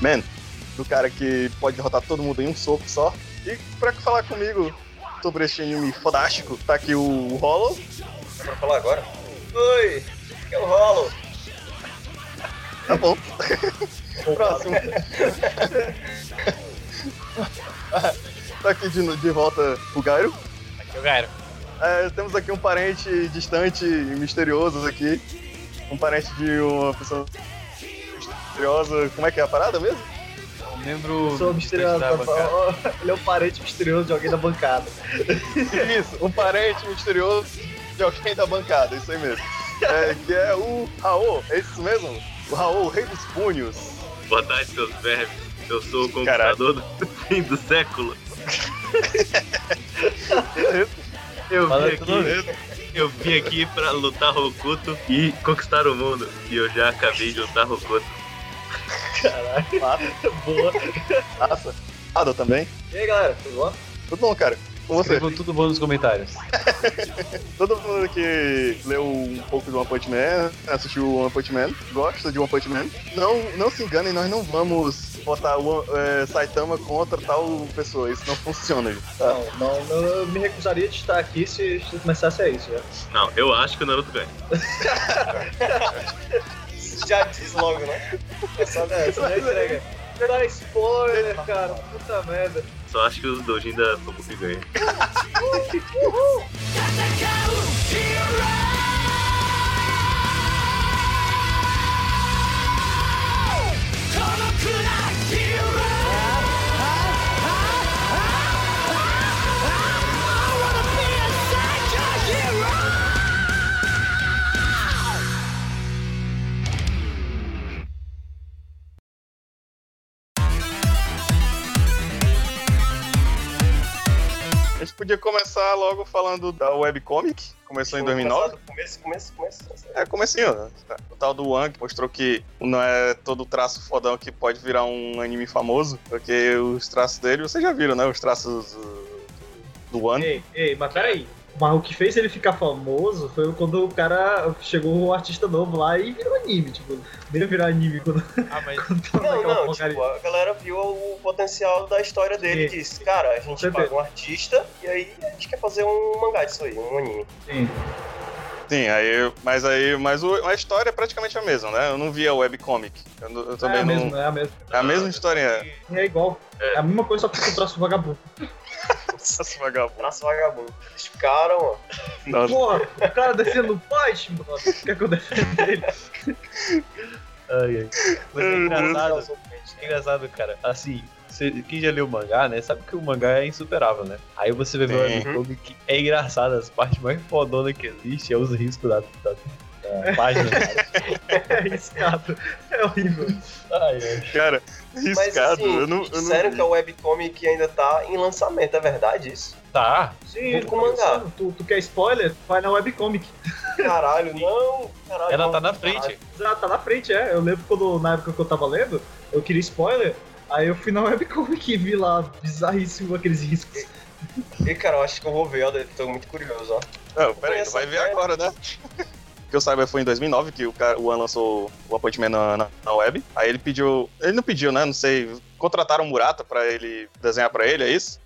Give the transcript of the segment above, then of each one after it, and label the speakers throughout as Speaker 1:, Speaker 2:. Speaker 1: Man, do cara que pode derrotar todo mundo em um soco só. E pra falar comigo sobre este anime fodástico, tá aqui o Hollow.
Speaker 2: Dá pra falar agora? Oi, eu rolo.
Speaker 1: Tá bom. Próximo. tá aqui de, de volta o Gairo.
Speaker 3: Eu Gairo.
Speaker 1: É, temos aqui um parente distante e misterioso aqui. Um parente de uma pessoa misteriosa. Como é que é a parada mesmo?
Speaker 3: Um membro
Speaker 4: Sou misterioso.
Speaker 3: da
Speaker 4: tá
Speaker 3: bancada.
Speaker 4: falando. Ele é um parente misterioso de alguém da bancada.
Speaker 1: Isso, um parente misterioso de alguém da bancada, isso aí mesmo. É, que é o Raul, é isso mesmo? O Raul, o rei dos punhos.
Speaker 5: Boa tarde, seus vermes. Eu sou o computador do fim do século. Eu
Speaker 3: Fala
Speaker 5: vim
Speaker 3: tudo
Speaker 5: aqui. Eu vim aqui pra lutar Rokuto e conquistar o mundo. E eu já acabei de lutar Rokuto.
Speaker 4: Boa.
Speaker 1: Nossa, Ado também.
Speaker 2: E aí, galera, tudo bom?
Speaker 1: Tudo bom, cara? Com você?
Speaker 3: Escrevam tudo bom nos comentários.
Speaker 1: Todo mundo que leu um pouco de One Punch Man, assistiu One Punch Man, gosta de One Punch Man, não, não se enganem, nós não vamos botar o é, Saitama contra tal pessoa, isso não funciona. Tá?
Speaker 4: Não, não, não, eu me recusaria de estar aqui se, se começasse a isso. né?
Speaker 5: Não, eu acho que o Naruto ganha.
Speaker 2: Já diz logo, né? É só
Speaker 4: É,
Speaker 1: né,
Speaker 4: isso não é entrega. Dá spoiler, cara. Puta merda.
Speaker 5: Só acho que os Dojin da Tomoki ganham.
Speaker 1: A gente podia começar logo falando da webcomic, começou em
Speaker 2: tá
Speaker 1: 2009.
Speaker 2: Tipo, Começo, começo, começo.
Speaker 1: É, comecinho. né? O tal do Wang mostrou que não é todo traço fodão que pode virar um anime famoso, porque os traços dele, vocês já viram, né? Os traços uh, do Wang.
Speaker 4: Ei, ei, mas peraí. Mas o que fez ele ficar famoso foi quando o cara chegou um artista novo lá e virou anime, tipo, primeiro virar anime quando,
Speaker 3: Ah, mas
Speaker 4: quando tava
Speaker 2: Não,
Speaker 4: naquela
Speaker 2: não,
Speaker 4: é porcaria.
Speaker 2: tipo, a galera viu o potencial da história dele e
Speaker 4: Sim.
Speaker 2: disse, cara, a gente
Speaker 4: certeza.
Speaker 2: paga um artista e aí a gente quer fazer um mangá disso aí, um anime.
Speaker 4: Sim.
Speaker 1: Sim, aí, mas aí, mas o- a história é praticamente a mesma, né? Eu não vi a webcomic. Eu, n- eu também
Speaker 4: é a
Speaker 1: não.
Speaker 4: mesma, é a mesma.
Speaker 1: É a
Speaker 2: Ah,
Speaker 1: mesma história.
Speaker 4: É igual. É, a mesma coisa, só que com o traço vagabundo.
Speaker 1: Nossa, vagabundo.
Speaker 2: Traço vagabundo. Os caras, mano.
Speaker 1: Nossa.
Speaker 4: Porra, o cara descendo no poste, mano. O que acontece dele?
Speaker 3: Ai, ai. Mas é engraçado,
Speaker 2: Exatamente.
Speaker 3: é engraçado, cara. Assim, você, quem já leu o mangá, né? Sabe que o mangá é insuperável, né? Aí você vê
Speaker 1: Sim.
Speaker 3: o webcomic que é engraçado. As partes mais fodonas que existe é os riscos da, da, da página. cara.
Speaker 4: É arriscado. É horrível.
Speaker 3: Ai, ai.
Speaker 1: Cara,
Speaker 2: Mas
Speaker 1: riscado.
Speaker 2: assim,
Speaker 1: eu não, eu não
Speaker 2: sério
Speaker 1: vi.
Speaker 2: que a webcomic ainda tá em lançamento, é verdade isso?
Speaker 3: Tá.
Speaker 4: Sim,
Speaker 2: Junto com o
Speaker 4: tá
Speaker 2: mangá.
Speaker 4: pensando, Tu, tu quer spoiler? Vai na webcomic.
Speaker 2: Caralho, não, caralho.
Speaker 3: Ela tá
Speaker 2: mano,
Speaker 3: na frente.
Speaker 4: Já tá na frente, é. Eu lembro quando, na época que eu tava lendo, eu queria spoiler. Aí eu fui na webcomic e vi lá, bizarríssimo aqueles riscos.
Speaker 2: E cara, eu acho que eu vou ver, eu tô muito curioso, ó.
Speaker 1: Não, peraí, tu
Speaker 2: Essa
Speaker 1: vai ver
Speaker 2: cara-
Speaker 1: agora, né? que eu saiba foi em 2009 que o, cara, o One lançou o Appointment na, na, na web. Aí ele pediu. Ele não pediu, né? Não sei. Contrataram o Murata pra ele desenhar pra ele, é isso?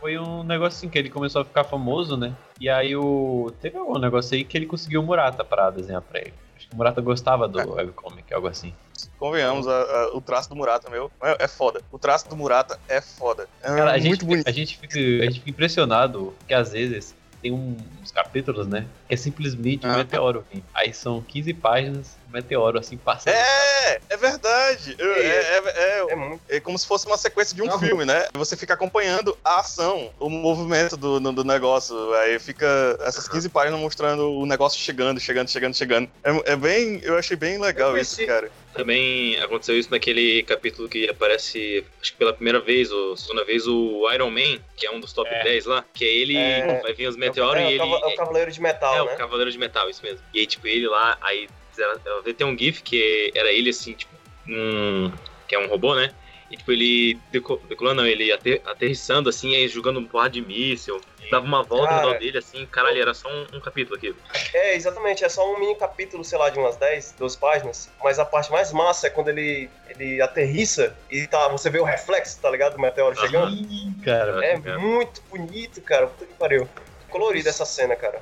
Speaker 3: Foi um negócio assim que ele começou a ficar famoso, né? E aí o. Teve algum negócio aí que ele conseguiu o Murata pra desenhar pra ele. Acho que o Murata gostava do webcomic, algo assim.
Speaker 1: Convenhamos, a- a- o traço do Murata, meu. É, é foda. O traço do Murata é foda. É
Speaker 3: Cara, a gente,
Speaker 1: muito bonito.
Speaker 3: fica, a, gente fica, a gente fica impressionado que às vezes tem um- uns capítulos, né? Que é simplesmente um
Speaker 1: Ah.
Speaker 3: meteoro vindo. Aí são 15 páginas, um meteoro assim passando.
Speaker 1: É, é verdade. Eu- É, é- é-
Speaker 2: É muito.
Speaker 1: é como se fosse uma sequência de um
Speaker 4: Tá bom.
Speaker 1: filme, né? Você fica acompanhando a ação, o movimento do, do, do negócio. Aí fica essas 15 páginas mostrando o negócio chegando, chegando, chegando, chegando. É, é bem. Eu achei bem legal
Speaker 4: Eu
Speaker 1: isso,
Speaker 4: conheci-
Speaker 1: cara.
Speaker 6: Também aconteceu isso naquele capítulo que aparece, acho que pela primeira vez, ou segunda vez, o Iron Man, que é um dos top
Speaker 3: É.
Speaker 6: 10 lá, que é ele,
Speaker 2: É.
Speaker 6: vai vir os meteoros
Speaker 2: é,
Speaker 6: e
Speaker 2: o
Speaker 6: ele.
Speaker 2: cava- é o Cavaleiro de Metal,
Speaker 6: É,
Speaker 2: né?
Speaker 6: o Cavaleiro de Metal, isso mesmo. E aí, tipo, ele lá, aí fizeram- eu vi- tem um GIF que era ele assim, tipo, um. que é um robô, né? E, tipo, ele deco- decolando, não, ele ater- aterrissando, assim, aí jogando um porra de míssil. Dava uma volta
Speaker 2: Cara.
Speaker 6: ao redor dele, assim, caralho, era só um, um capítulo aqui.
Speaker 2: É, exatamente, é só um mini capítulo, sei lá, de umas 10, 12 páginas, mas a parte mais massa é quando ele, ele aterrissa e tá, você vê o reflexo, tá ligado, do meteoro chegando.
Speaker 3: Ih, cara.
Speaker 2: É
Speaker 6: cara.
Speaker 2: muito bonito, cara, puta que pariu. Colorida essa cena, cara.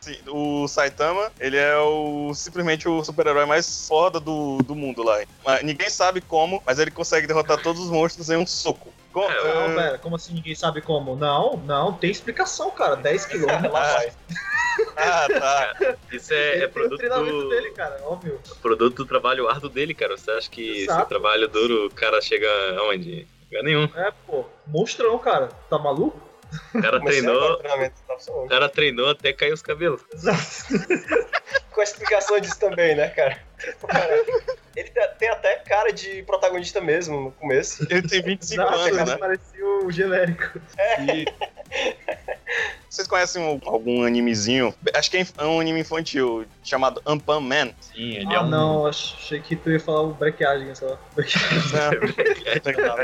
Speaker 1: Sim, o Saitama, ele é o simplesmente o super-herói mais foda do, do mundo lá. Mas ninguém sabe como, mas ele consegue derrotar todos os monstros em um soco. Com-
Speaker 6: É,
Speaker 1: eh,
Speaker 4: Não, pera, como assim ninguém sabe como? Não, não, tem explicação, cara. 10 quilômetros.
Speaker 2: Lá vai.
Speaker 1: ah, tá.
Speaker 6: Isso é,
Speaker 4: Ele tem
Speaker 6: é
Speaker 4: o
Speaker 6: produto,
Speaker 4: treinamento
Speaker 6: do,
Speaker 4: dele, cara, óbvio.
Speaker 6: produto do trabalho árduo dele, cara. Você acha que
Speaker 4: Exato.
Speaker 6: esse trabalho duro, o cara chega aonde? Lugar nenhum.
Speaker 4: É, pô, monstrão, cara. Tá maluco?
Speaker 6: O cara
Speaker 2: Comecei agora o
Speaker 6: treinou,
Speaker 2: treinamento, tá funcionando.
Speaker 6: o cara treinou até cair os cabelos.
Speaker 4: Exato.
Speaker 2: com a explicação disso também, né, cara? O cara- ele tá- tem até cara de protagonista mesmo no começo.
Speaker 1: Ele tem 25
Speaker 4: Exato,
Speaker 1: anos,
Speaker 4: cara,
Speaker 1: né?
Speaker 4: parecia o genérico.
Speaker 3: E
Speaker 1: Vocês conhecem um- algum animezinho? Acho que é inf- é um anime infantil chamado Unpun Man. Né?
Speaker 3: sim, ele
Speaker 4: Ah,
Speaker 3: é um.
Speaker 4: não, achei que tu ia falar o brequeagem, sei lá.
Speaker 1: Não,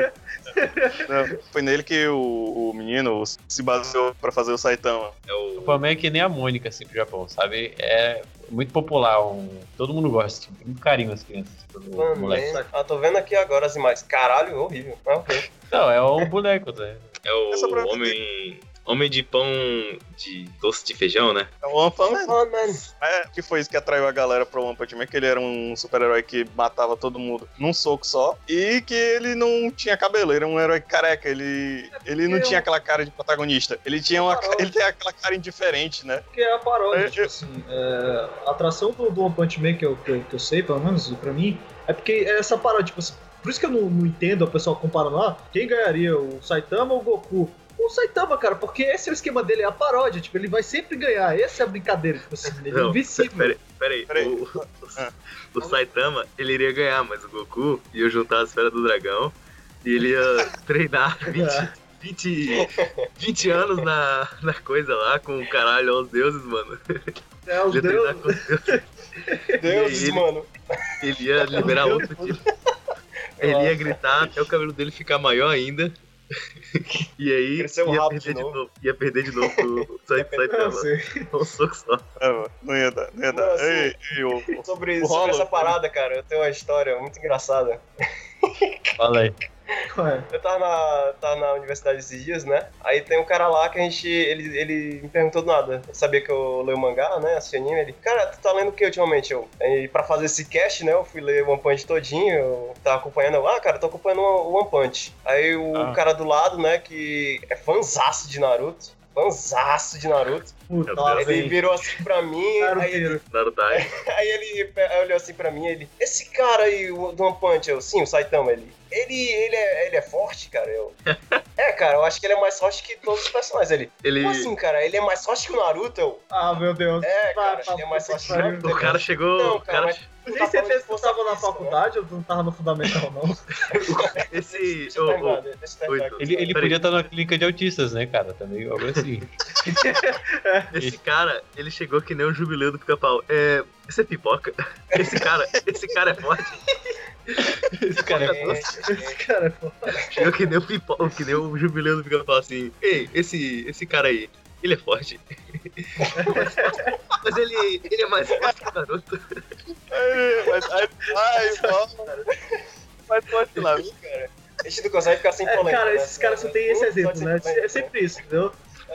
Speaker 1: Né? Foi nele que o, o menino se baseou pra fazer o Saitama.
Speaker 6: É o
Speaker 3: Superman é que nem a Mônica, assim, pro Japão, sabe? É muito popular, um... todo mundo gosta, tipo, tem muito carinho as crianças pelo
Speaker 2: Mano,
Speaker 3: boneco.
Speaker 2: né? ah, tô vendo aqui agora as imagens. Caralho, horrível. Mas ok.
Speaker 3: Não, é um boneco, né?
Speaker 6: É
Speaker 1: É só pra
Speaker 6: o homem. Homem de pão de doce de feijão, né?
Speaker 1: É o Unpun Man.
Speaker 2: Mano, mano.
Speaker 1: É, que foi isso que atraiu a galera pro One Punch Man, que ele era um super-herói que matava todo mundo num soco só, e que ele não tinha cabelo, ele era um herói careca, ele, ele não
Speaker 4: eu-
Speaker 1: tinha aquela cara de protagonista, ele tinha uma, ca- ele tem aquela cara indiferente, né?
Speaker 4: Porque é a paródia,
Speaker 1: É,
Speaker 4: tipo
Speaker 1: eu-
Speaker 4: assim, é, a atração do, do One Punch Man que eu, que, eu, que eu sei, pelo menos pra mim, é porque é essa paródia, tipo assim, por isso que eu não, não entendo o pessoal comparando lá, quem ganharia, o Saitama ou o Goku? O Saitama, cara, porque esse é o esquema dele, é a paródia, tipo, ele vai sempre ganhar, essa é a brincadeira, tipo assim, ele é
Speaker 6: Não,
Speaker 4: invencível.
Speaker 6: Peraí, peraí.
Speaker 1: Peraí.
Speaker 6: O, o- o Saitama, ele iria ganhar, mas o Goku ia juntar a esfera do dragão e ele ia treinar 20, 20, 20 anos na, na coisa lá com o caralho aos deuses, mano.
Speaker 4: É, os
Speaker 6: Ele ia treinar
Speaker 4: deuses,
Speaker 6: com os deuses.
Speaker 2: Deuses,
Speaker 6: ele-
Speaker 2: mano.
Speaker 6: Ele ia liberar outro tipo. Ele ia gritar até o cabelo dele ficar maior ainda. E aí
Speaker 2: Cresceu
Speaker 6: ia
Speaker 2: rápido
Speaker 6: perder
Speaker 2: de
Speaker 6: de
Speaker 2: novo.
Speaker 6: novo. Ia perder de novo pro Sai-
Speaker 4: não
Speaker 6: Saitama.
Speaker 4: sei.
Speaker 6: Um soco só.
Speaker 1: É, mano, Não ia dar, não ia dar.
Speaker 2: Nossa.
Speaker 1: Ei, ei, ô, ô. O
Speaker 2: Sobre, sobre
Speaker 1: Hollow,
Speaker 2: essa
Speaker 1: cara.
Speaker 2: parada, cara, eu tenho uma história muito engraçada.
Speaker 3: Fala aí.
Speaker 4: qual é.
Speaker 2: Eu tava na, tava na universidade esses dias, né? Aí tem um cara lá que a gente. Ele, ele me perguntou do nada. Eu sabia que eu leio mangá, né? Assisti anime. Ele, cara, tu tá lendo o que ultimamente? Eu, "É, e pra fazer esse cast, né? Eu fui ler One Punch todinho. Eu tava acompanhando. Eu, ah, cara, tô acompanhando o One Punch. Aí o
Speaker 3: Ah.
Speaker 2: cara do lado, né? Que é fanzaço de Naruto. Fanzaço de Naruto.
Speaker 4: Puta,
Speaker 6: Meu
Speaker 4: lá
Speaker 6: Deus.
Speaker 2: Ele
Speaker 4: vem.
Speaker 2: virou assim pra mim. aí ele
Speaker 4: Naruteiro.
Speaker 6: Narutai.
Speaker 2: Aí ele pe- aí olhou assim pra mim, ele, esse cara aí, o do One Punch, eu, sim, o Saitama, ele, ele, ele, é, ele é forte, cara, eu... É, cara, eu acho que ele é mais forte que todos os personagens, ele,
Speaker 6: Ele.
Speaker 2: como assim, cara, ele é mais forte que o Naruto, eu...
Speaker 4: Ah, meu Deus.
Speaker 2: É,
Speaker 4: Vai,
Speaker 2: cara, acho que ele é
Speaker 4: papo,
Speaker 2: mais
Speaker 4: puta
Speaker 2: forte
Speaker 4: que
Speaker 2: que o
Speaker 4: pariu.
Speaker 2: Naruto.
Speaker 6: O cara chegou.
Speaker 2: Não,
Speaker 6: o cara,
Speaker 2: cara,
Speaker 4: Eu Nem
Speaker 2: "Tá falando
Speaker 4: certeza
Speaker 2: de
Speaker 4: se tu tava na
Speaker 2: força física, né?"
Speaker 4: faculdade ou tu não tava no fundamental, não.
Speaker 2: é
Speaker 6: esse.
Speaker 2: Deixa eu
Speaker 6: ô,
Speaker 2: terminar,
Speaker 6: ô,
Speaker 2: deixa eu terminar
Speaker 6: Oito.
Speaker 2: aqui.
Speaker 3: Ele, ele
Speaker 6: Peraí.
Speaker 3: podia estar numa clínica de autistas, né, cara? Também algo assim.
Speaker 6: esse cara, ele chegou que nem o jubileu do pica-pau. É. Isso é pipoca? Esse cara, esse cara é forte.
Speaker 3: Esse cara é
Speaker 4: Esse cara é foda.
Speaker 6: Chegou que nem o pipoca, que nem o jubileu do pica-pau assim. Ei, esse, esse cara aí, ele é forte. Mas ele, ele é mais forte que o Naruto.
Speaker 1: Ei, mas- ai, ai, ó. Mas pode lá.
Speaker 2: A gente não consegue ficar sem
Speaker 4: É,
Speaker 2: polêmica,
Speaker 4: cara,
Speaker 2: né?
Speaker 4: esses caras só tem esse exemplo, né? É sempre isso, entendeu?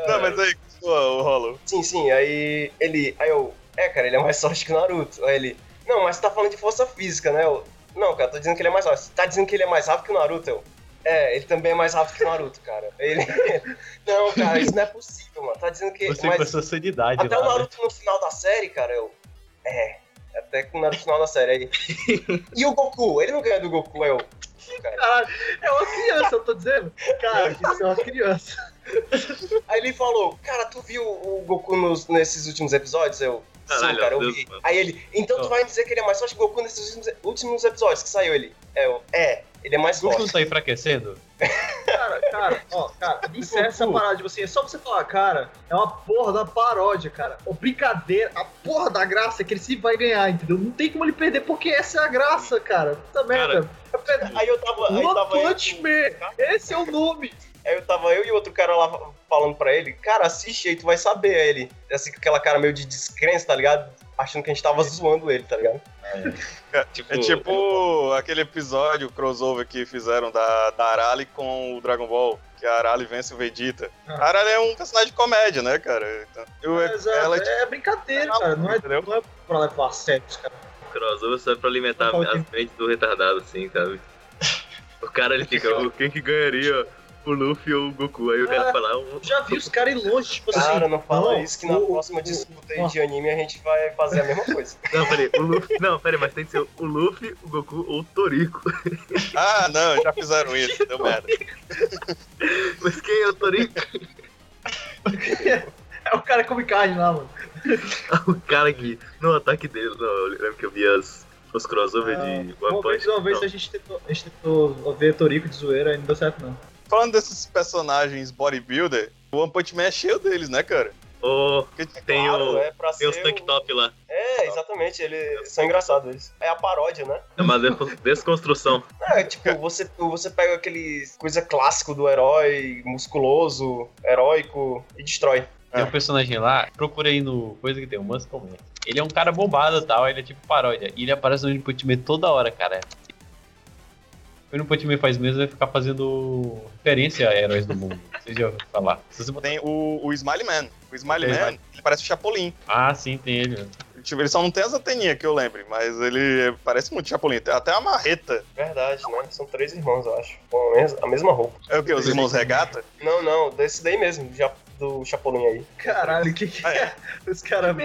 Speaker 1: Não, mas aí, ó, o Hollow.
Speaker 2: Sim, sim, aí ele. Aí eu. É, cara, ele é mais forte que o Naruto. Aí ele. Não, mas você tá falando de força física, né? Eu, não, cara, tô dizendo que ele é mais forte. Você tá dizendo que ele é mais rápido que o Naruto? Eu. É, ele também é mais rápido que o Naruto, cara. Ele. não, cara, isso não é possível, mano. Tá dizendo que.
Speaker 3: Você com a
Speaker 2: mas
Speaker 3: sua sanidade
Speaker 2: até o
Speaker 3: lá, né?
Speaker 2: Naruto no final da série, cara, eu. É. Até com o Naruto no final da série. Aí. e o Goku? Ele não ganha do Goku, aí eu. Cara.
Speaker 4: Caralho, é uma criança, eu tô dizendo. Cara, isso é uma criança.
Speaker 2: Aí ele falou, cara, tu viu o Goku nos- nesses últimos episódios? Eu, sim,
Speaker 6: Caralho,
Speaker 2: cara, eu
Speaker 6: Deus,
Speaker 2: vi.
Speaker 6: mano.
Speaker 2: Aí ele, então tu
Speaker 3: Não.
Speaker 2: vai dizer que ele é mais forte que o Goku nesses últimos, últimos episódios que saiu ele. É, eu, é, ele é mais
Speaker 3: O Goku não
Speaker 2: forte.
Speaker 3: tá enfraquecendo?
Speaker 4: Cara, Cara, ó, cara, encerra essa parada, tipo assim, é só você falar, cara, é uma porra da paródia, cara. Ô, brincadeira, a porra da graça é que ele se vai ganhar, entendeu? Não tem como ele perder, porque essa é a graça, cara. Puta merda.
Speaker 2: Aí eu tava. Aí
Speaker 4: One
Speaker 2: tava eu-
Speaker 4: Punch Man, esse é o nome.
Speaker 2: Aí eu tava eu e outro cara lá falando pra ele, cara, assiste aí, tu vai saber. Aí ele, assim, com aquela cara meio de descrença, tá ligado? Achando que a gente tava zoando ele, tá ligado?
Speaker 5: Tipo,
Speaker 1: É tipo aquele episódio crossover que fizeram da, da Arali com o Dragon Ball, que a Arali vence o Vegeta. A Arali é um personagem de comédia, né, cara? Então, eu-
Speaker 4: Mas, é,
Speaker 1: ela,
Speaker 4: é brincadeira, cara, não é,
Speaker 1: tipo
Speaker 4: não é pra levar a sério, cara.
Speaker 6: crossover só pra alimentar
Speaker 4: Qual
Speaker 6: as mentes do retardado, assim, sabe? O cara ele fica, "O- Tipo, quem que ganharia? O Luffy ou o Goku? Aí o cara
Speaker 4: Ah.
Speaker 6: fala, "O-
Speaker 4: Eu já vi os caras ir longe, tipo assim.
Speaker 2: Cara, não fala
Speaker 4: não,
Speaker 2: isso que na
Speaker 4: o-
Speaker 2: próxima
Speaker 4: o-
Speaker 2: disputa aí de anime a gente vai fazer a mesma coisa.
Speaker 6: Não, peraí, o Luffy. Não, peraí, mas tem que ser o Luffy, o Goku ou o Toriko.
Speaker 1: Ah, não, já fizeram isso, deu merda.
Speaker 6: Mas quem é o Toriko?
Speaker 4: É o cara que come carne lá, mano.
Speaker 6: Ah, O cara que. No ataque dele, não, eu lembro que eu vi as, os crossover de One
Speaker 4: Ah, uma vez,
Speaker 6: Punch. então.
Speaker 4: uma vez
Speaker 6: não.
Speaker 4: a gente tentou, a gente tentou ver Torico de zoeira e não deu certo, não.
Speaker 1: Falando desses personagens bodybuilder, o One Punch Man é cheio deles, né, cara?
Speaker 6: Ou
Speaker 1: Porque
Speaker 6: tem
Speaker 2: Claro,
Speaker 6: o.
Speaker 2: é pra
Speaker 6: Tem
Speaker 2: ser.
Speaker 6: os tank
Speaker 2: o-
Speaker 6: top lá.
Speaker 2: É, exatamente, eles são engraçados eles. É a paródia, né?
Speaker 6: É uma de- desconstrução.
Speaker 2: É, tipo, você, você pega aquele coisa clássico do herói musculoso, heróico e destrói.
Speaker 3: Tem um personagem lá, procurei no coisa que tem, o Muscle Man. Ele é um cara bombado e tal, ele é tipo paródia. E ele aparece no Input Man toda hora, cara. O Input Man faz mesmo, vai ficar fazendo referência a heróis do mundo. Vocês já ouviram falar. Se você botar-
Speaker 1: Tem o, o Smiley Man. O Smiley
Speaker 3: Tem
Speaker 1: Man, ele parece o Chapolin.
Speaker 3: Ah, sim, tem ele.
Speaker 1: Tipo, ele só não tem as anteninhas que eu lembre, mas ele parece muito Chapolin. Tem até a marreta.
Speaker 2: Verdade, né? São três irmãos, eu acho. Com a mes- a mesma roupa.
Speaker 1: É o que? Os irmãos regata?
Speaker 2: Não, não, desse daí mesmo, já do Chapolin aí.
Speaker 4: Caralho, o que, que
Speaker 1: Ah,
Speaker 4: é? Os caras.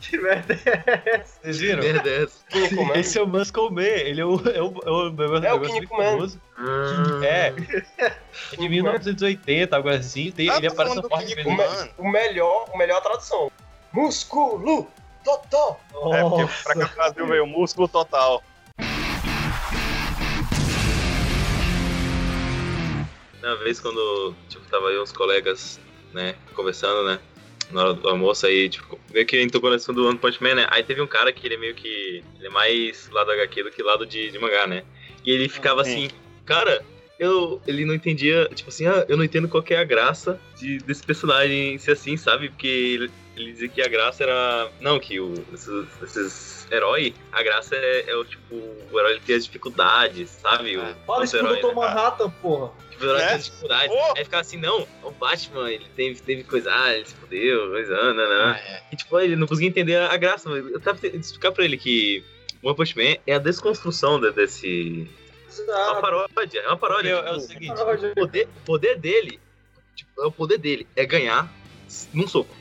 Speaker 4: Que merda é essa?
Speaker 3: Vocês viram?
Speaker 6: Merda é essa.
Speaker 2: Kinko Man.
Speaker 3: Esse é o Muscle Man, ele é o. É o, é o,
Speaker 2: É o
Speaker 3: negócio
Speaker 2: Kinko
Speaker 3: muito
Speaker 2: Man.
Speaker 3: famoso.
Speaker 6: Ah,
Speaker 3: É. É de 1980, algo assim. Tem,
Speaker 1: Ah,
Speaker 3: ele
Speaker 1: tá
Speaker 3: aparece
Speaker 1: falando
Speaker 3: na
Speaker 1: do
Speaker 3: porta de
Speaker 1: Kinko
Speaker 3: vez em-
Speaker 1: Man.
Speaker 2: O melhor, o melhor tradução. Musculo Totó.
Speaker 1: É,
Speaker 4: Nossa,
Speaker 1: porque pra cá no Brasil veio músculo total.
Speaker 6: Uma vez quando, tipo, tava aí uns colegas, né, conversando, né, na hora do almoço aí, tipo, meio que entrou na assunto do One Punch Man, né, aí teve um cara que ele é meio que, ele é mais lado HQ do que lado de, de mangá, né, e ele ficava
Speaker 1: sim.
Speaker 6: assim, cara, eu, ele não entendia, tipo assim, ah, eu não entendo qual que é a graça de, desse personagem ser assim, sabe, porque ele, ele dizia que a graça era, não, que o, esses, esses herói, a graça é, é o, tipo, o herói ele tem as dificuldades, sabe, o,
Speaker 4: Fala
Speaker 6: nosso
Speaker 4: isso pro
Speaker 6: herói,
Speaker 4: Dr.
Speaker 6: né, cara?
Speaker 4: Manhattan, porra.
Speaker 6: Tipo, herói
Speaker 1: Né?
Speaker 6: tem dificuldade.
Speaker 1: Pô!
Speaker 6: Aí ficava assim, não, o Batman, ele teve, teve coisa, ah, ele se fudeu, coisa, ah, não, não.
Speaker 3: Ah, é.
Speaker 6: E tipo, ele não conseguia entender a graça, mas eu tava tentando explicar pra ele que o One Punch Man é a desconstrução de- desse... É uma
Speaker 4: Ah,
Speaker 6: paródia, é uma
Speaker 3: Olha,
Speaker 6: paródia.
Speaker 3: é,
Speaker 6: tipo,
Speaker 3: o seguinte.
Speaker 6: o, poder, o poder dele, tipo, é o poder dele, é ganhar num soco.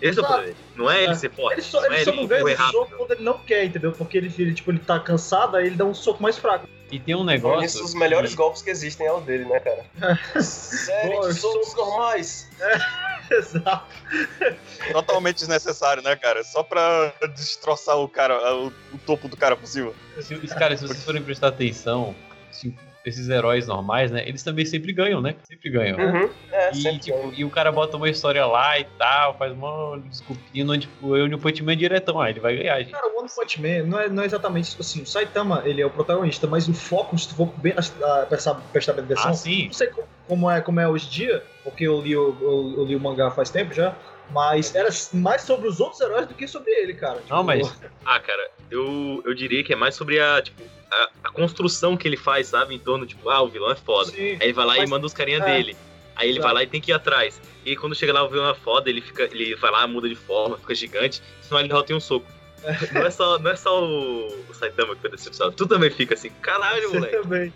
Speaker 6: Esse é o
Speaker 4: Exato.
Speaker 6: poder dele. Não é ele
Speaker 4: É.
Speaker 6: ser forte,
Speaker 4: Ele só,
Speaker 6: não é
Speaker 4: ele só não vê
Speaker 6: correr
Speaker 4: esse
Speaker 6: rápido.
Speaker 4: soco quando ele não quer, entendeu? Porque ele, ele, tipo, ele tá cansado, aí ele dá um soco mais fraco.
Speaker 3: E tem um
Speaker 2: Olha,
Speaker 3: negócio.
Speaker 2: Os melhores
Speaker 3: que-
Speaker 2: golpes que existem é o dele, né, cara? Série
Speaker 4: Boa,
Speaker 2: de socos
Speaker 4: socos.
Speaker 2: normais.
Speaker 4: Exato.
Speaker 1: Totalmente desnecessário, né, cara? Só pra destroçar o cara, o, o topo do cara possível.
Speaker 3: Se, os- cara, se vocês forem prestar atenção, se- esses heróis normais, né? Eles também sempre ganham, né? Sempre ganham.
Speaker 2: Uhum. É,
Speaker 3: E,
Speaker 2: sempre.
Speaker 3: tipo, e o cara bota uma história lá e tal, faz uma desculpinha, onde tipo, eu e o Punch Man diretão, ah, ele vai ganhar, gente.
Speaker 4: Cara, o One Punch Man não é, não é exatamente tipo assim. O Saitama, ele é o protagonista, mas o foco, se tu for bem, a, a, prestar, prestar bem atenção,
Speaker 3: Ah, sim.
Speaker 4: não sei co- como é, como é hoje em dia, porque eu li, o- eu, eu li o mangá faz tempo já, mas era mais sobre os outros heróis do que sobre ele, cara. Tipo,
Speaker 3: Não, mas
Speaker 6: Ah, cara, eu, eu diria que é mais sobre a, tipo, a, a construção que ele faz, sabe? Em torno, tipo, ah, o vilão é foda.
Speaker 4: Sim.
Speaker 6: Aí ele vai lá
Speaker 4: Mas-
Speaker 6: e manda os carinha
Speaker 4: é.
Speaker 6: dele. Aí ele
Speaker 4: Exato.
Speaker 6: vai lá e tem que ir atrás. E quando chega lá, o vilão é foda, ele, fica, ele vai lá, muda de forma, fica gigante, senão ele derrota em um soco. Não é só, não é só o, o Saitama que foi decepcionado. Tu também fica assim, caralho,
Speaker 4: Você
Speaker 6: moleque,
Speaker 4: também.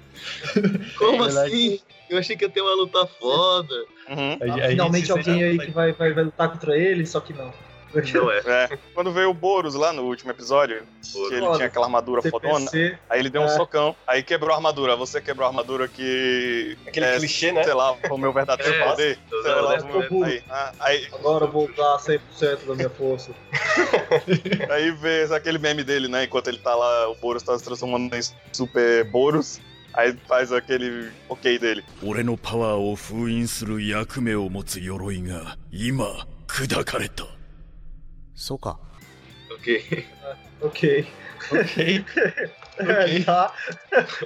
Speaker 6: como
Speaker 3: É verdade.
Speaker 6: assim? Eu achei que ia ter uma luta foda.
Speaker 1: Uhum.
Speaker 3: a- a gente
Speaker 4: Finalmente
Speaker 3: se
Speaker 4: alguém
Speaker 3: sente-
Speaker 4: aí que vai, vai, vai lutar contra ele, só que não.
Speaker 6: Não é.
Speaker 1: É. Quando veio o Boros lá no último episódio, que ele
Speaker 4: Foda.
Speaker 1: tinha aquela armadura fodona,
Speaker 4: TPC,
Speaker 1: aí ele deu um
Speaker 4: É.
Speaker 1: socão, aí quebrou a armadura. Você quebrou a armadura que.
Speaker 2: Aquele
Speaker 1: é,
Speaker 2: clichê, né?
Speaker 1: Sei lá, foi o meu verdadeiro
Speaker 6: É,
Speaker 1: poder.
Speaker 2: então,
Speaker 6: eu
Speaker 1: Sei lá,
Speaker 6: lembro
Speaker 1: o
Speaker 2: é.
Speaker 1: meu-
Speaker 4: mesmo.
Speaker 1: aí, ah, aí,
Speaker 4: agora eu vou dar 100% da minha força.
Speaker 1: Aí vê aquele meme dele, né? Enquanto ele tá lá, o Boros tá se transformando em Super Boros. Aí faz aquele ok dele.
Speaker 7: 俺のパワーを封印する役目を持つ鎧が今砕かれた
Speaker 8: そうか
Speaker 6: Ok.
Speaker 4: Ok.
Speaker 3: Ok. Ok.
Speaker 4: tá.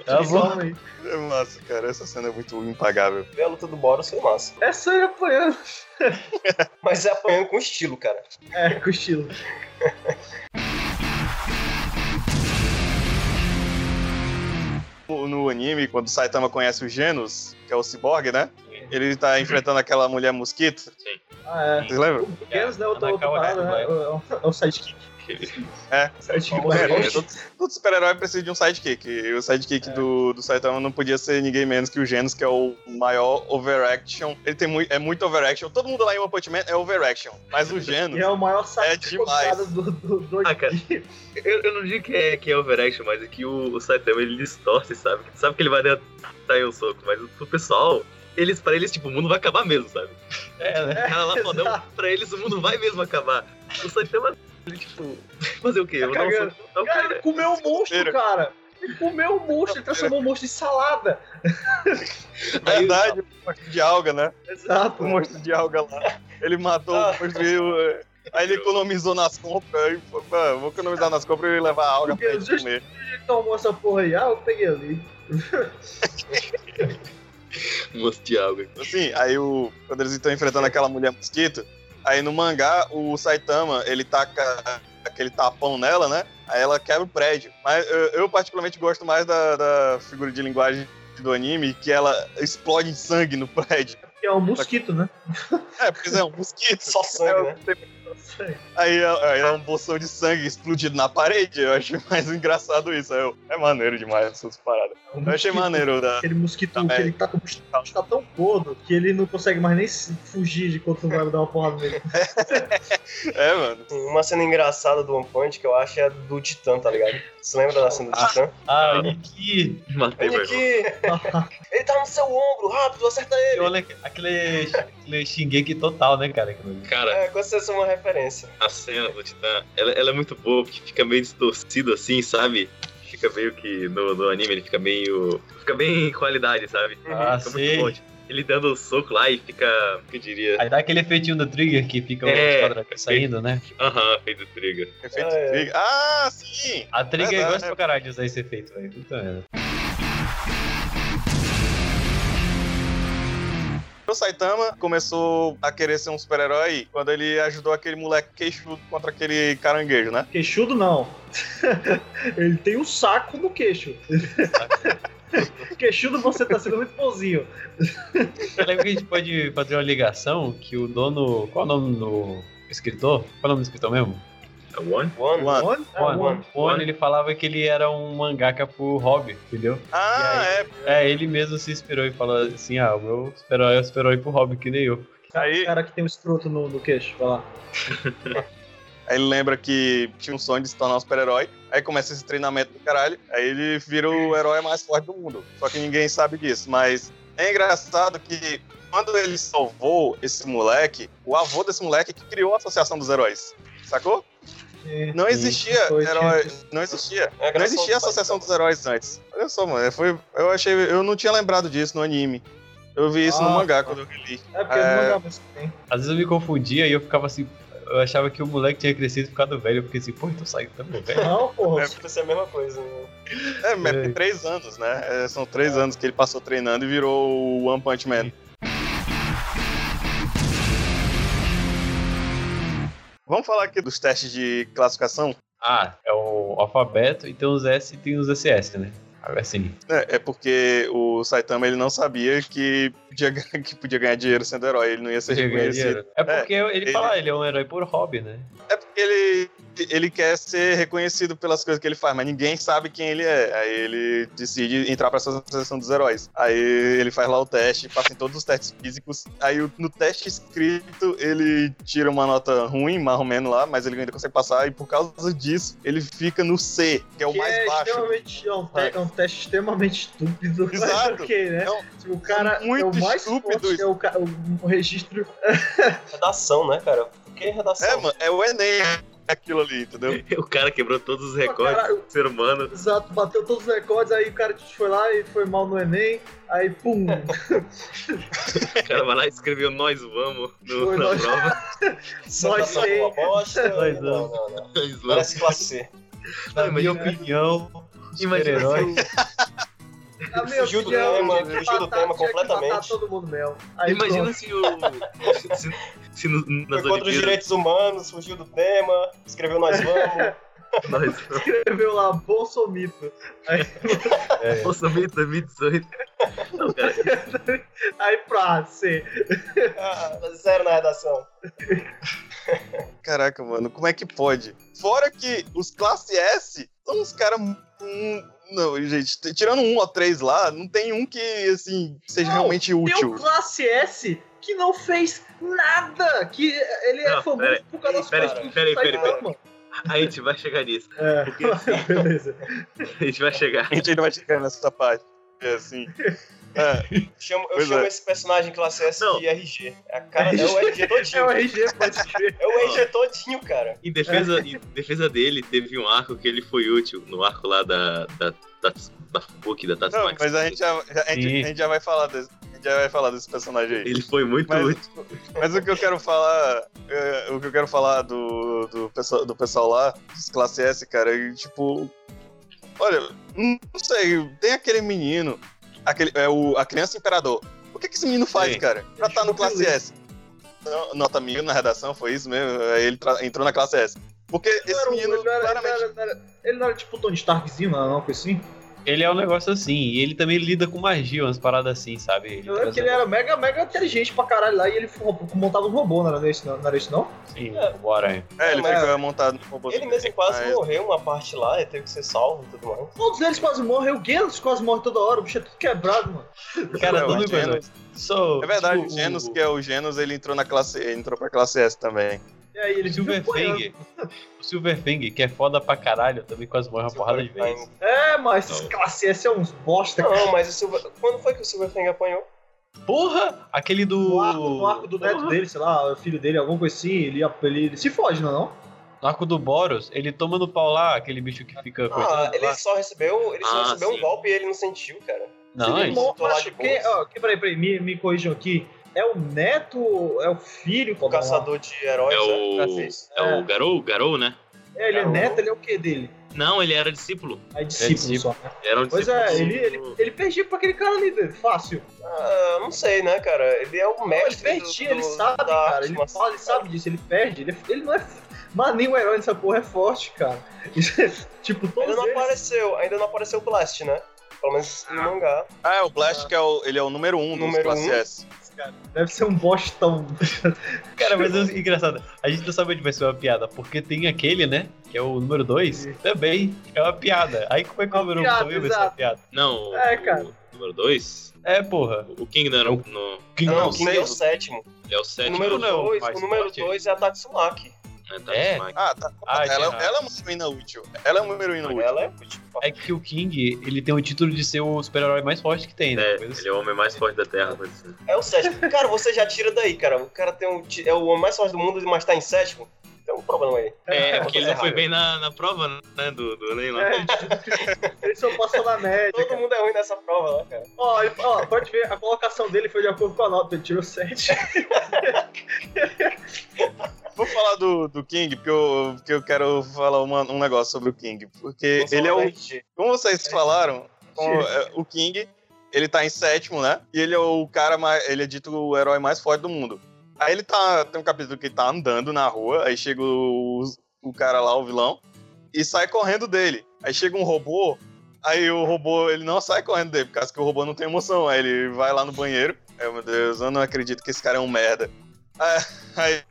Speaker 3: Tá bom.
Speaker 4: Calma aí.
Speaker 1: É massa, cara. Essa cena é muito impagável.
Speaker 2: Ver a luta do Boros foi massa.
Speaker 4: Essa é apanhando.
Speaker 2: Mas é apanhando com estilo, cara.
Speaker 4: É, com estilo.
Speaker 1: No, no anime, quando o Saitama conhece o Genos, que é o cyborg, né? Ele tá enfrentando aquela mulher mosquito.
Speaker 4: Ah, é.
Speaker 1: Vocês lembram?
Speaker 4: O Guedes, né? Outra, outra
Speaker 3: Anakawa,
Speaker 4: parada,
Speaker 3: né,
Speaker 4: né? É o- é o sidekick.
Speaker 1: É.
Speaker 4: Sidekick
Speaker 2: Como é,
Speaker 4: do
Speaker 1: É, todo, todo super-herói precisa de um sidekick. E o sidekick do, do Saitama não podia ser ninguém menos que o Genos, que é o maior overaction. Ele tem muito, é muito overaction. Todo mundo lá em One Punch Man é overaction. Mas o
Speaker 4: E
Speaker 1: Genos
Speaker 4: é o maior
Speaker 1: É demais.
Speaker 4: do, do, do
Speaker 6: Ah, cara. Eu, eu não digo que é, que é overaction, mas é que o, o Saitama ele distorce, sabe? Sabe que ele vai dar sair um soco, mas o, o pessoal, eles, pra eles, tipo, o mundo vai acabar mesmo, sabe?
Speaker 3: É, né?
Speaker 6: O cara lá
Speaker 4: exato.
Speaker 6: fodão, pra eles o mundo vai mesmo acabar. O Saitama, ele, tipo, fazer o quê?
Speaker 4: Tá
Speaker 6: Eu um não
Speaker 4: cagando.
Speaker 6: sou. Não,
Speaker 4: Cara, ele
Speaker 6: cara.
Speaker 4: comeu um monstro,
Speaker 1: Inteiro.
Speaker 4: cara. Ele comeu um monstro, ele transformou um monstro em salada.
Speaker 1: é verdade, o monstro de alga, né?
Speaker 4: Exato.
Speaker 1: O monstro de alga lá. Ele matou,
Speaker 2: Uhum. Ah.
Speaker 1: construiu. é. Aí ele economizou nas compras. Aí, pô, pô, vou economizar nas compras e levar a alga pra gente comer.
Speaker 4: Ele tomou essa porra aí. Ah, eu peguei ali.
Speaker 6: Moço de algo.
Speaker 1: Assim, aí o. Quando eles estão enfrentando aquela mulher mosquito, aí no mangá o Saitama, ele taca aquele tapão nela, né? Aí ela quebra o prédio. Mas eu, eu particularmente gosto mais da, da figura de linguagem do anime, que ela explode em sangue no prédio.
Speaker 4: Que é um mosquito, né?
Speaker 1: É, porque é um mosquito. É,
Speaker 2: Só sangue, né?
Speaker 1: Aí é aí é um bolsão de sangue explodido na parede. Eu acho mais engraçado isso. Aí eu- é maneiro demais essas paradas.
Speaker 4: É um
Speaker 1: Eu achei
Speaker 4: mosquito.
Speaker 1: maneiro da.
Speaker 4: Aquele mosquito
Speaker 1: Tá,
Speaker 4: que
Speaker 1: é.
Speaker 4: ele tá com o mosquito tá tão gordo que ele não consegue mais nem se- fugir de quando tu vai dar uma porrada nele.
Speaker 1: É, mano.
Speaker 2: Assim, Uma cena engraçada do One Punch que eu acho é a do Titã, tá ligado? Você lembra da cena do Titã?
Speaker 3: Ah, Niki.
Speaker 6: Matei,
Speaker 2: Vem
Speaker 6: meu irmão.
Speaker 2: aqui! é Ele tá no seu ombro, rápido, acerta ele!
Speaker 3: Olha um aquele, aquele Shingeki total, né, cara? Aquilo ali.
Speaker 6: Cara,
Speaker 2: É, com certeza uma referência.
Speaker 6: a cena do Titã, ela, ela é muito boa, porque fica meio distorcido assim, sabe? Fica meio que no, no anime ele fica meio. Fica bem em qualidade, sabe?
Speaker 3: Ah,
Speaker 6: fica
Speaker 3: sei.
Speaker 6: bom. Ele dando o soco lá e fica. O que eu diria?
Speaker 3: Aí dá aquele efeitinho do Trigger que fica
Speaker 6: É,
Speaker 3: os quadradinhos saindo, né?
Speaker 6: Aham, fez o trigger.
Speaker 1: Efeito
Speaker 2: É, é.
Speaker 1: Trigger. Ah, sim!
Speaker 3: A Trigger
Speaker 1: É, é,
Speaker 3: gosta
Speaker 1: é.
Speaker 3: pra caralho de usar esse efeito, velho. Puta merda.
Speaker 1: O Saitama começou a querer ser um super-herói quando ele ajudou aquele moleque queixudo contra aquele caranguejo, né?
Speaker 4: Queixudo não. ele tem um saco no queixo. Queixudo, você tá sendo muito bonzinho.
Speaker 3: Eu lembro que a gente pode fazer uma ligação que o dono. Qual é o nome do escritor? Qual é o nome do escritor mesmo?
Speaker 6: É o One?
Speaker 2: One,
Speaker 1: One.
Speaker 4: One? É,
Speaker 3: One.
Speaker 4: One.
Speaker 3: O Ono, ele falava que ele era um mangaka por hobby, entendeu?
Speaker 1: Ah,
Speaker 3: E
Speaker 1: é.
Speaker 3: É, ele mesmo se inspirou e falou assim: ah, o meu super-herói é super-herói por hobby, que nem eu.
Speaker 1: Aí,
Speaker 4: O cara que tem um escroto no, no queixo, vai lá.
Speaker 1: aí ele lembra que tinha um sonho de se tornar um super-herói. Aí começa esse treinamento do caralho. Aí ele vira o herói mais forte do mundo. Só que ninguém sabe disso. Mas é engraçado que quando ele salvou esse moleque, o avô desse moleque que criou a Associação dos Heróis. Sacou?
Speaker 4: É.
Speaker 1: Não existia
Speaker 4: Foi, tinha-
Speaker 1: herói. Não existia.
Speaker 2: É a
Speaker 1: Não
Speaker 2: graça
Speaker 1: existia a
Speaker 2: do pai,
Speaker 1: Associação
Speaker 2: tá?
Speaker 1: dos Heróis antes. Olha só, mano. Foi, eu achei. Eu não tinha lembrado disso no anime. Eu vi isso no
Speaker 4: Ah,
Speaker 1: mangá
Speaker 4: tá.
Speaker 1: quando eu li.
Speaker 4: É porque
Speaker 1: É.
Speaker 4: não dá mais que tem.
Speaker 3: Às vezes eu me confundia e eu ficava assim. Eu achava que o moleque tinha crescido e ficado velho. Eu fiquei assim, pô, então sai também, velho.
Speaker 4: Não, porra.
Speaker 2: Acho que isso é a mesma coisa, né?
Speaker 1: É, mas tem três anos, né? É, são três anos que ele passou treinando e virou o One Punch Man. Vamos falar aqui dos testes de classificação?
Speaker 3: Ah, é o alfabeto e tem os S e tem os SS, né? Assim.
Speaker 1: É, é porque o Saitama ele não sabia que podia, ganhar- que podia ganhar dinheiro sendo herói, ele não ia ser reconhecido.
Speaker 3: É porque ele
Speaker 1: ele-
Speaker 3: fala, ele é um herói por hobby, né?
Speaker 1: É porque ele, ele quer ser reconhecido pelas coisas que ele faz, mas ninguém sabe quem ele é. Aí ele decide entrar pra essa seleção dos heróis. Aí ele faz lá o teste, passa em todos os testes físicos. Aí o- no teste escrito, ele tira uma nota ruim, mais ou menos lá, mas ele ainda consegue passar. E por causa disso, ele fica no C, que é o
Speaker 4: Que
Speaker 1: mais
Speaker 4: é,
Speaker 1: baixo.
Speaker 4: extremamente, é, um te- é um teste extremamente estúpido. mas
Speaker 1: Exato.
Speaker 4: ok, né?
Speaker 1: É um-
Speaker 4: Tipo, o cara
Speaker 1: muito
Speaker 4: é o mais
Speaker 1: estúpido
Speaker 4: forte,
Speaker 1: isso.
Speaker 4: é o, ca- o- o registro
Speaker 2: Redação, né, cara? Por que redação?
Speaker 1: É, mano, é o Enem. aquilo ali, entendeu?
Speaker 6: O cara quebrou todos os recordes,
Speaker 4: Caralho,
Speaker 6: ser humano.
Speaker 4: exato, bateu todos os recordes, aí o cara foi lá e foi mal no Enem, aí pum,
Speaker 6: O cara vai lá e escreveu nós vamos no-
Speaker 4: Foi
Speaker 6: na
Speaker 4: nós.
Speaker 6: prova.
Speaker 4: nós
Speaker 2: tá
Speaker 4: tem.
Speaker 2: uma bosta.
Speaker 3: Nós
Speaker 2: não, não, não.
Speaker 6: Nós vamos.
Speaker 2: Parece classe C.
Speaker 3: Na
Speaker 6: Não,
Speaker 3: minha
Speaker 6: imagina-
Speaker 3: opinião,
Speaker 6: Imagina se
Speaker 3: super-herói.
Speaker 4: A minha
Speaker 2: Fugiu do
Speaker 4: opinião,
Speaker 2: tema,
Speaker 4: ah, tinha que
Speaker 2: fugiu do
Speaker 4: matar-
Speaker 2: tema
Speaker 4: tinha que matar
Speaker 2: completamente.
Speaker 4: todo mundo mesmo. Aí,
Speaker 6: Imagina se o. Se, se no-
Speaker 2: Foi
Speaker 6: nas
Speaker 2: contra os
Speaker 6: Olimpíadas.
Speaker 2: direitos humanos, fugiu do tema, escreveu Nós Vamos.
Speaker 6: Nós
Speaker 4: pronto, escreveu lá, Bolsomito.
Speaker 3: é.
Speaker 6: Nossa, meio 2018. Não, cara,
Speaker 4: Aí pra C.
Speaker 2: Ah, zero na redação.
Speaker 1: Caraca, mano, como é que pode? Fora que os classe S são uns caras. hum, Não, gente, t- tirando um ou três lá, não tem um que, assim, seja
Speaker 4: Não,
Speaker 1: realmente
Speaker 4: Tem um
Speaker 1: útil.
Speaker 4: o Classe S que não fez nada, que ele é
Speaker 6: Não,
Speaker 4: famoso
Speaker 6: pera-
Speaker 4: por causa das
Speaker 6: pera-
Speaker 4: coisas que
Speaker 6: pera-
Speaker 4: sai
Speaker 6: pera-
Speaker 4: da
Speaker 6: pera-
Speaker 4: mão.
Speaker 6: a gente vai chegar nisso.
Speaker 4: É,
Speaker 6: Porque assim,
Speaker 4: beleza.
Speaker 6: a gente vai chegar.
Speaker 1: A gente ainda vai chegar nessa parte. É assim. É,
Speaker 2: Chamo- eu
Speaker 1: Pois
Speaker 2: chamo
Speaker 1: é.
Speaker 2: esse personagem classe S
Speaker 6: Não.
Speaker 2: de RG. A cara é o RG
Speaker 4: É o
Speaker 2: todinho.
Speaker 4: RG, pode crer.
Speaker 2: É o RG todinho, cara.
Speaker 6: Em defesa, em defesa dele, teve um arco que ele foi útil. No arco lá da. da, da, da Fuki, da
Speaker 1: não,
Speaker 6: Tatsumaki.
Speaker 1: mas a gente, já, a, gente,
Speaker 3: Sim.
Speaker 1: a gente já vai falar desse. A gente já vai falar desse personagem aí.
Speaker 6: Ele foi muito
Speaker 1: Mas-
Speaker 6: útil.
Speaker 1: Mas o que eu quero falar, é, o que eu quero falar do, do, pessoal, do pessoal lá, dos classe S, cara, e, tipo. Olha, hum, não sei, tem aquele menino, aquele, é o, a criança imperador. O que, que esse menino faz,
Speaker 6: Sim.
Speaker 1: cara? Pra estar no classe S. Não, Nota mil na redação, foi isso mesmo. aí Ele tra- entrou na classe S. Porque esse
Speaker 4: Ele
Speaker 1: menino
Speaker 4: não era- ele não
Speaker 1: claramente.
Speaker 4: era- não era- Ele não era tipo o Tony Starkzinho, não, não, coisa assim.
Speaker 3: Ele é um negócio assim, e ele também lida com magia, umas paradas assim, sabe? Ele
Speaker 4: Eu lembro que ele
Speaker 3: traz-
Speaker 4: era mega, mega inteligente pra caralho lá e ele fu- montava um robô, não era isso não? Não era isso, não?
Speaker 3: Sim, bora aí.
Speaker 1: É, ele
Speaker 2: Mas-
Speaker 1: ficou montado no robô.
Speaker 2: Ele mesmo quase
Speaker 1: Mas-
Speaker 2: morreu uma parte lá, ele teve que ser salvo e tudo mais.
Speaker 4: Todos eles quase morrem, o Genos quase morre toda hora, o bicho é tudo quebrado, mano.
Speaker 3: Cara,
Speaker 1: Não,
Speaker 3: tudo
Speaker 1: é
Speaker 3: bem,
Speaker 1: Genos.
Speaker 3: Só,
Speaker 1: É verdade,
Speaker 3: tipo,
Speaker 1: o Genos, que é o Genos, ele entrou na classe. ele entrou pra classe S também.
Speaker 4: E aí ele
Speaker 3: o
Speaker 4: vive apanhando.
Speaker 3: Silverfang. O Silverfang, que é foda pra caralho, também quase morre uma porrada de
Speaker 2: Silverfang.
Speaker 3: vezes.
Speaker 4: É, mas esses classe S é uns bosta, cara.
Speaker 2: Não, mas o Silver... quando foi que o Silverfang apanhou?
Speaker 3: Porra! Aquele do.
Speaker 4: No arco, no arco do neto
Speaker 3: Porra!
Speaker 4: dele, sei lá, o filho dele, alguma coisa assim, ele, ele, ele se foge, não é não?
Speaker 3: No arco do Boros, ele toma no pau lá, aquele bicho que fica.
Speaker 2: Ah,
Speaker 3: coitado
Speaker 2: ele
Speaker 1: é
Speaker 3: lá.
Speaker 2: só recebeu, ele só
Speaker 6: Ah,
Speaker 2: recebeu um
Speaker 6: sim.
Speaker 2: golpe e ele não sentiu, cara.
Speaker 3: Não,
Speaker 4: ele
Speaker 3: ele.
Speaker 2: morre.
Speaker 4: morre.
Speaker 2: tô tá lá de
Speaker 4: Quem,
Speaker 2: boa.
Speaker 4: ó, que- peraí, peraí, me, me corrijam aqui. É o neto, ou é o filho,
Speaker 2: O caçador de heróis,
Speaker 6: É
Speaker 2: né?
Speaker 6: o-
Speaker 2: Francês.
Speaker 6: É o Garou, Garou, né?
Speaker 4: É, ele é
Speaker 2: Carol.
Speaker 4: neto, ele é o que dele?
Speaker 6: Não, ele era discípulo.
Speaker 4: É discípulo
Speaker 3: discípulo.
Speaker 4: só. né?
Speaker 6: Era um
Speaker 4: Pois
Speaker 6: discípulo.
Speaker 4: é, ele, ele, ele perdia pra aquele cara ali, velho, fácil.
Speaker 2: Ah, não sei, né, cara? Ele é o
Speaker 4: Ele
Speaker 2: mestre.
Speaker 4: perdia,
Speaker 2: do-
Speaker 4: ele
Speaker 2: do-
Speaker 4: sabe,
Speaker 2: da
Speaker 4: cara.
Speaker 2: arte
Speaker 4: Ele,
Speaker 2: marcial,
Speaker 4: fala, ele sabe disso, ele perde. Ele, ele não é. Mano, nem o herói dessa porra é forte, cara. tipo,
Speaker 2: Ainda
Speaker 4: todos
Speaker 2: não
Speaker 4: eles.
Speaker 2: apareceu, ainda não apareceu o Blast, né? Pelo menos no mangá.
Speaker 1: Ah, é, o Blast que é o, ele é o número um dos
Speaker 2: Número
Speaker 1: classe
Speaker 2: um.
Speaker 1: S.
Speaker 4: Deve ser um bostão.
Speaker 3: Cara, mas é engraçado. A gente não sabe onde vai ser uma piada, porque tem aquele, né? Que é o número 2, também é uma piada. Aí como é que o
Speaker 4: Uma
Speaker 3: número 1
Speaker 4: piada,
Speaker 3: também vai ser uma
Speaker 4: exato.
Speaker 3: piada?
Speaker 6: Não, o-
Speaker 4: É, cara.
Speaker 6: o número 2.
Speaker 3: É, porra.
Speaker 6: O King não era o- no,
Speaker 3: Quem
Speaker 2: Não,
Speaker 1: não
Speaker 2: o King é o
Speaker 1: sei.
Speaker 2: sétimo.
Speaker 6: é o
Speaker 2: O
Speaker 6: 7.
Speaker 2: número
Speaker 3: não,
Speaker 2: 2
Speaker 3: mas
Speaker 2: o número
Speaker 3: pode.
Speaker 2: dois é a Tatsumaki.
Speaker 3: É?
Speaker 1: Ah, tá.
Speaker 3: Ah,
Speaker 1: ela,
Speaker 3: tá.
Speaker 1: ela é uma heroína útil. Ela é uma heroína útil.
Speaker 2: Ela é útil.
Speaker 3: É que o King, ele tem o título de ser o super-herói mais forte que tem, né? Coisa assim.
Speaker 6: ele é o homem mais forte da Terra. mas assim.
Speaker 2: É o sétimo. Cara, você já tira daí, cara. O cara tem um, ti- é o homem mais forte do mundo, mas tá em sétimo. Tem um problema aí.
Speaker 6: É, porque ele não
Speaker 2: errado.
Speaker 6: foi bem na, na prova, né? Do, do Enem lá.
Speaker 4: É, ele, ele só passou na média.
Speaker 2: Todo
Speaker 4: cara.
Speaker 2: mundo é ruim nessa prova, né, cara?
Speaker 4: Ó, ele- ó, pode ver, a colocação dele foi de acordo com a nota, ele tirou 7.
Speaker 1: Vamos falar do, do King, porque eu, porque eu quero falar uma- um negócio sobre o King. Porque
Speaker 2: Vamos
Speaker 1: ele é
Speaker 2: falar
Speaker 1: o.
Speaker 2: do RG.
Speaker 1: Como vocês falaram, o, é, o King, ele tá em sétimo, né? E ele é o cara mais. Ele é dito o herói mais forte do mundo. Aí ele tá. Tem um capítulo que ele tá andando na rua, aí chega o, o cara lá, o vilão, e sai correndo dele. Aí chega um robô, aí o robô, ele não sai correndo dele, por causa que o robô não tem emoção. Aí ele vai lá no banheiro. Aí, meu Deus, eu não acredito que esse cara é um merda. Ah, Aí.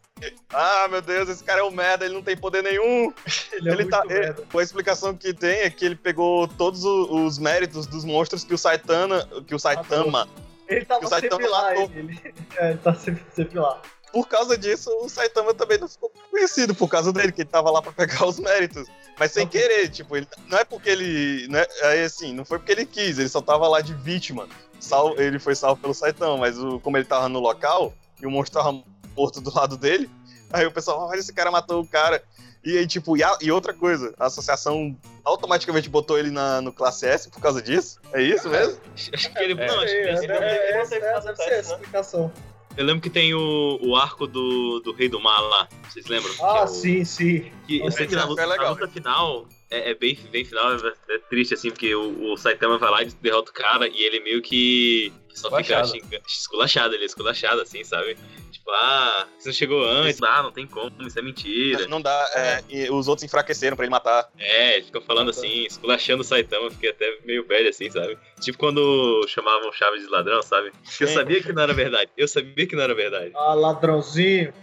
Speaker 1: Ah, meu Deus, esse cara é um merda, ele não tem poder nenhum.
Speaker 4: Ele é
Speaker 1: Ele
Speaker 4: muito
Speaker 1: tá- ele-
Speaker 4: merda.
Speaker 1: A explicação que tem é que ele pegou todos o- os méritos dos monstros que o Saitana, que o Saitama.
Speaker 4: Ele tava
Speaker 1: o Saitama
Speaker 4: sempre lá,
Speaker 1: latou.
Speaker 4: ele, ele- é, ele tá sempre, sempre lá.
Speaker 1: Por causa disso, o Saitama também não ficou conhecido por causa dele, que ele tava lá pra pegar os méritos. Mas sem querer, tipo, ele, não é porque ele. Né, aí assim, não foi porque ele quis, ele só tava lá de vítima. Sal, ele foi salvo pelo Saitama, mas o- como ele tava no local e o monstro tava morto do lado dele, aí o pessoal, olha, esse cara matou o cara. E aí, tipo, e, a- e outra coisa, a associação automaticamente botou ele na, no classe S por causa disso? É isso mesmo?
Speaker 6: Acho que ele. não, acho que
Speaker 2: É,
Speaker 6: ele-
Speaker 2: né?
Speaker 4: É,
Speaker 2: não
Speaker 4: essa
Speaker 2: teve que fazer
Speaker 4: deve ser
Speaker 2: teste,
Speaker 4: essa
Speaker 2: né?
Speaker 4: explicação.
Speaker 6: Eu lembro que tem o, o arco do, do Rei do Mar lá. Vocês lembram? Que é
Speaker 4: Ah,
Speaker 6: o-
Speaker 4: sim, sim.
Speaker 6: Que, eu
Speaker 4: Nossa,
Speaker 6: sei que na
Speaker 1: esse arco
Speaker 6: luta,
Speaker 1: é
Speaker 6: na
Speaker 1: legal.
Speaker 6: luta final é, é bem, bem final, é, é triste assim, porque o, o Saitama vai lá e derrota o cara e ele meio que só fica
Speaker 3: Esculachado.
Speaker 6: xinga- esculachado, ele é esculachado assim, sabe? Tipo, ah, você não chegou antes, ah, não tem como, isso é mentira.
Speaker 1: Não dá. é, e os outros enfraqueceram pra ele matar.
Speaker 6: É, ele fica falando assim, esculachando o Saitama, fiquei até meio velho assim, sabe? Tipo quando chamavam o Chaves de ladrão, sabe? Eu sabia que não era verdade, eu sabia que não era verdade.
Speaker 4: Ah, ladrãozinho.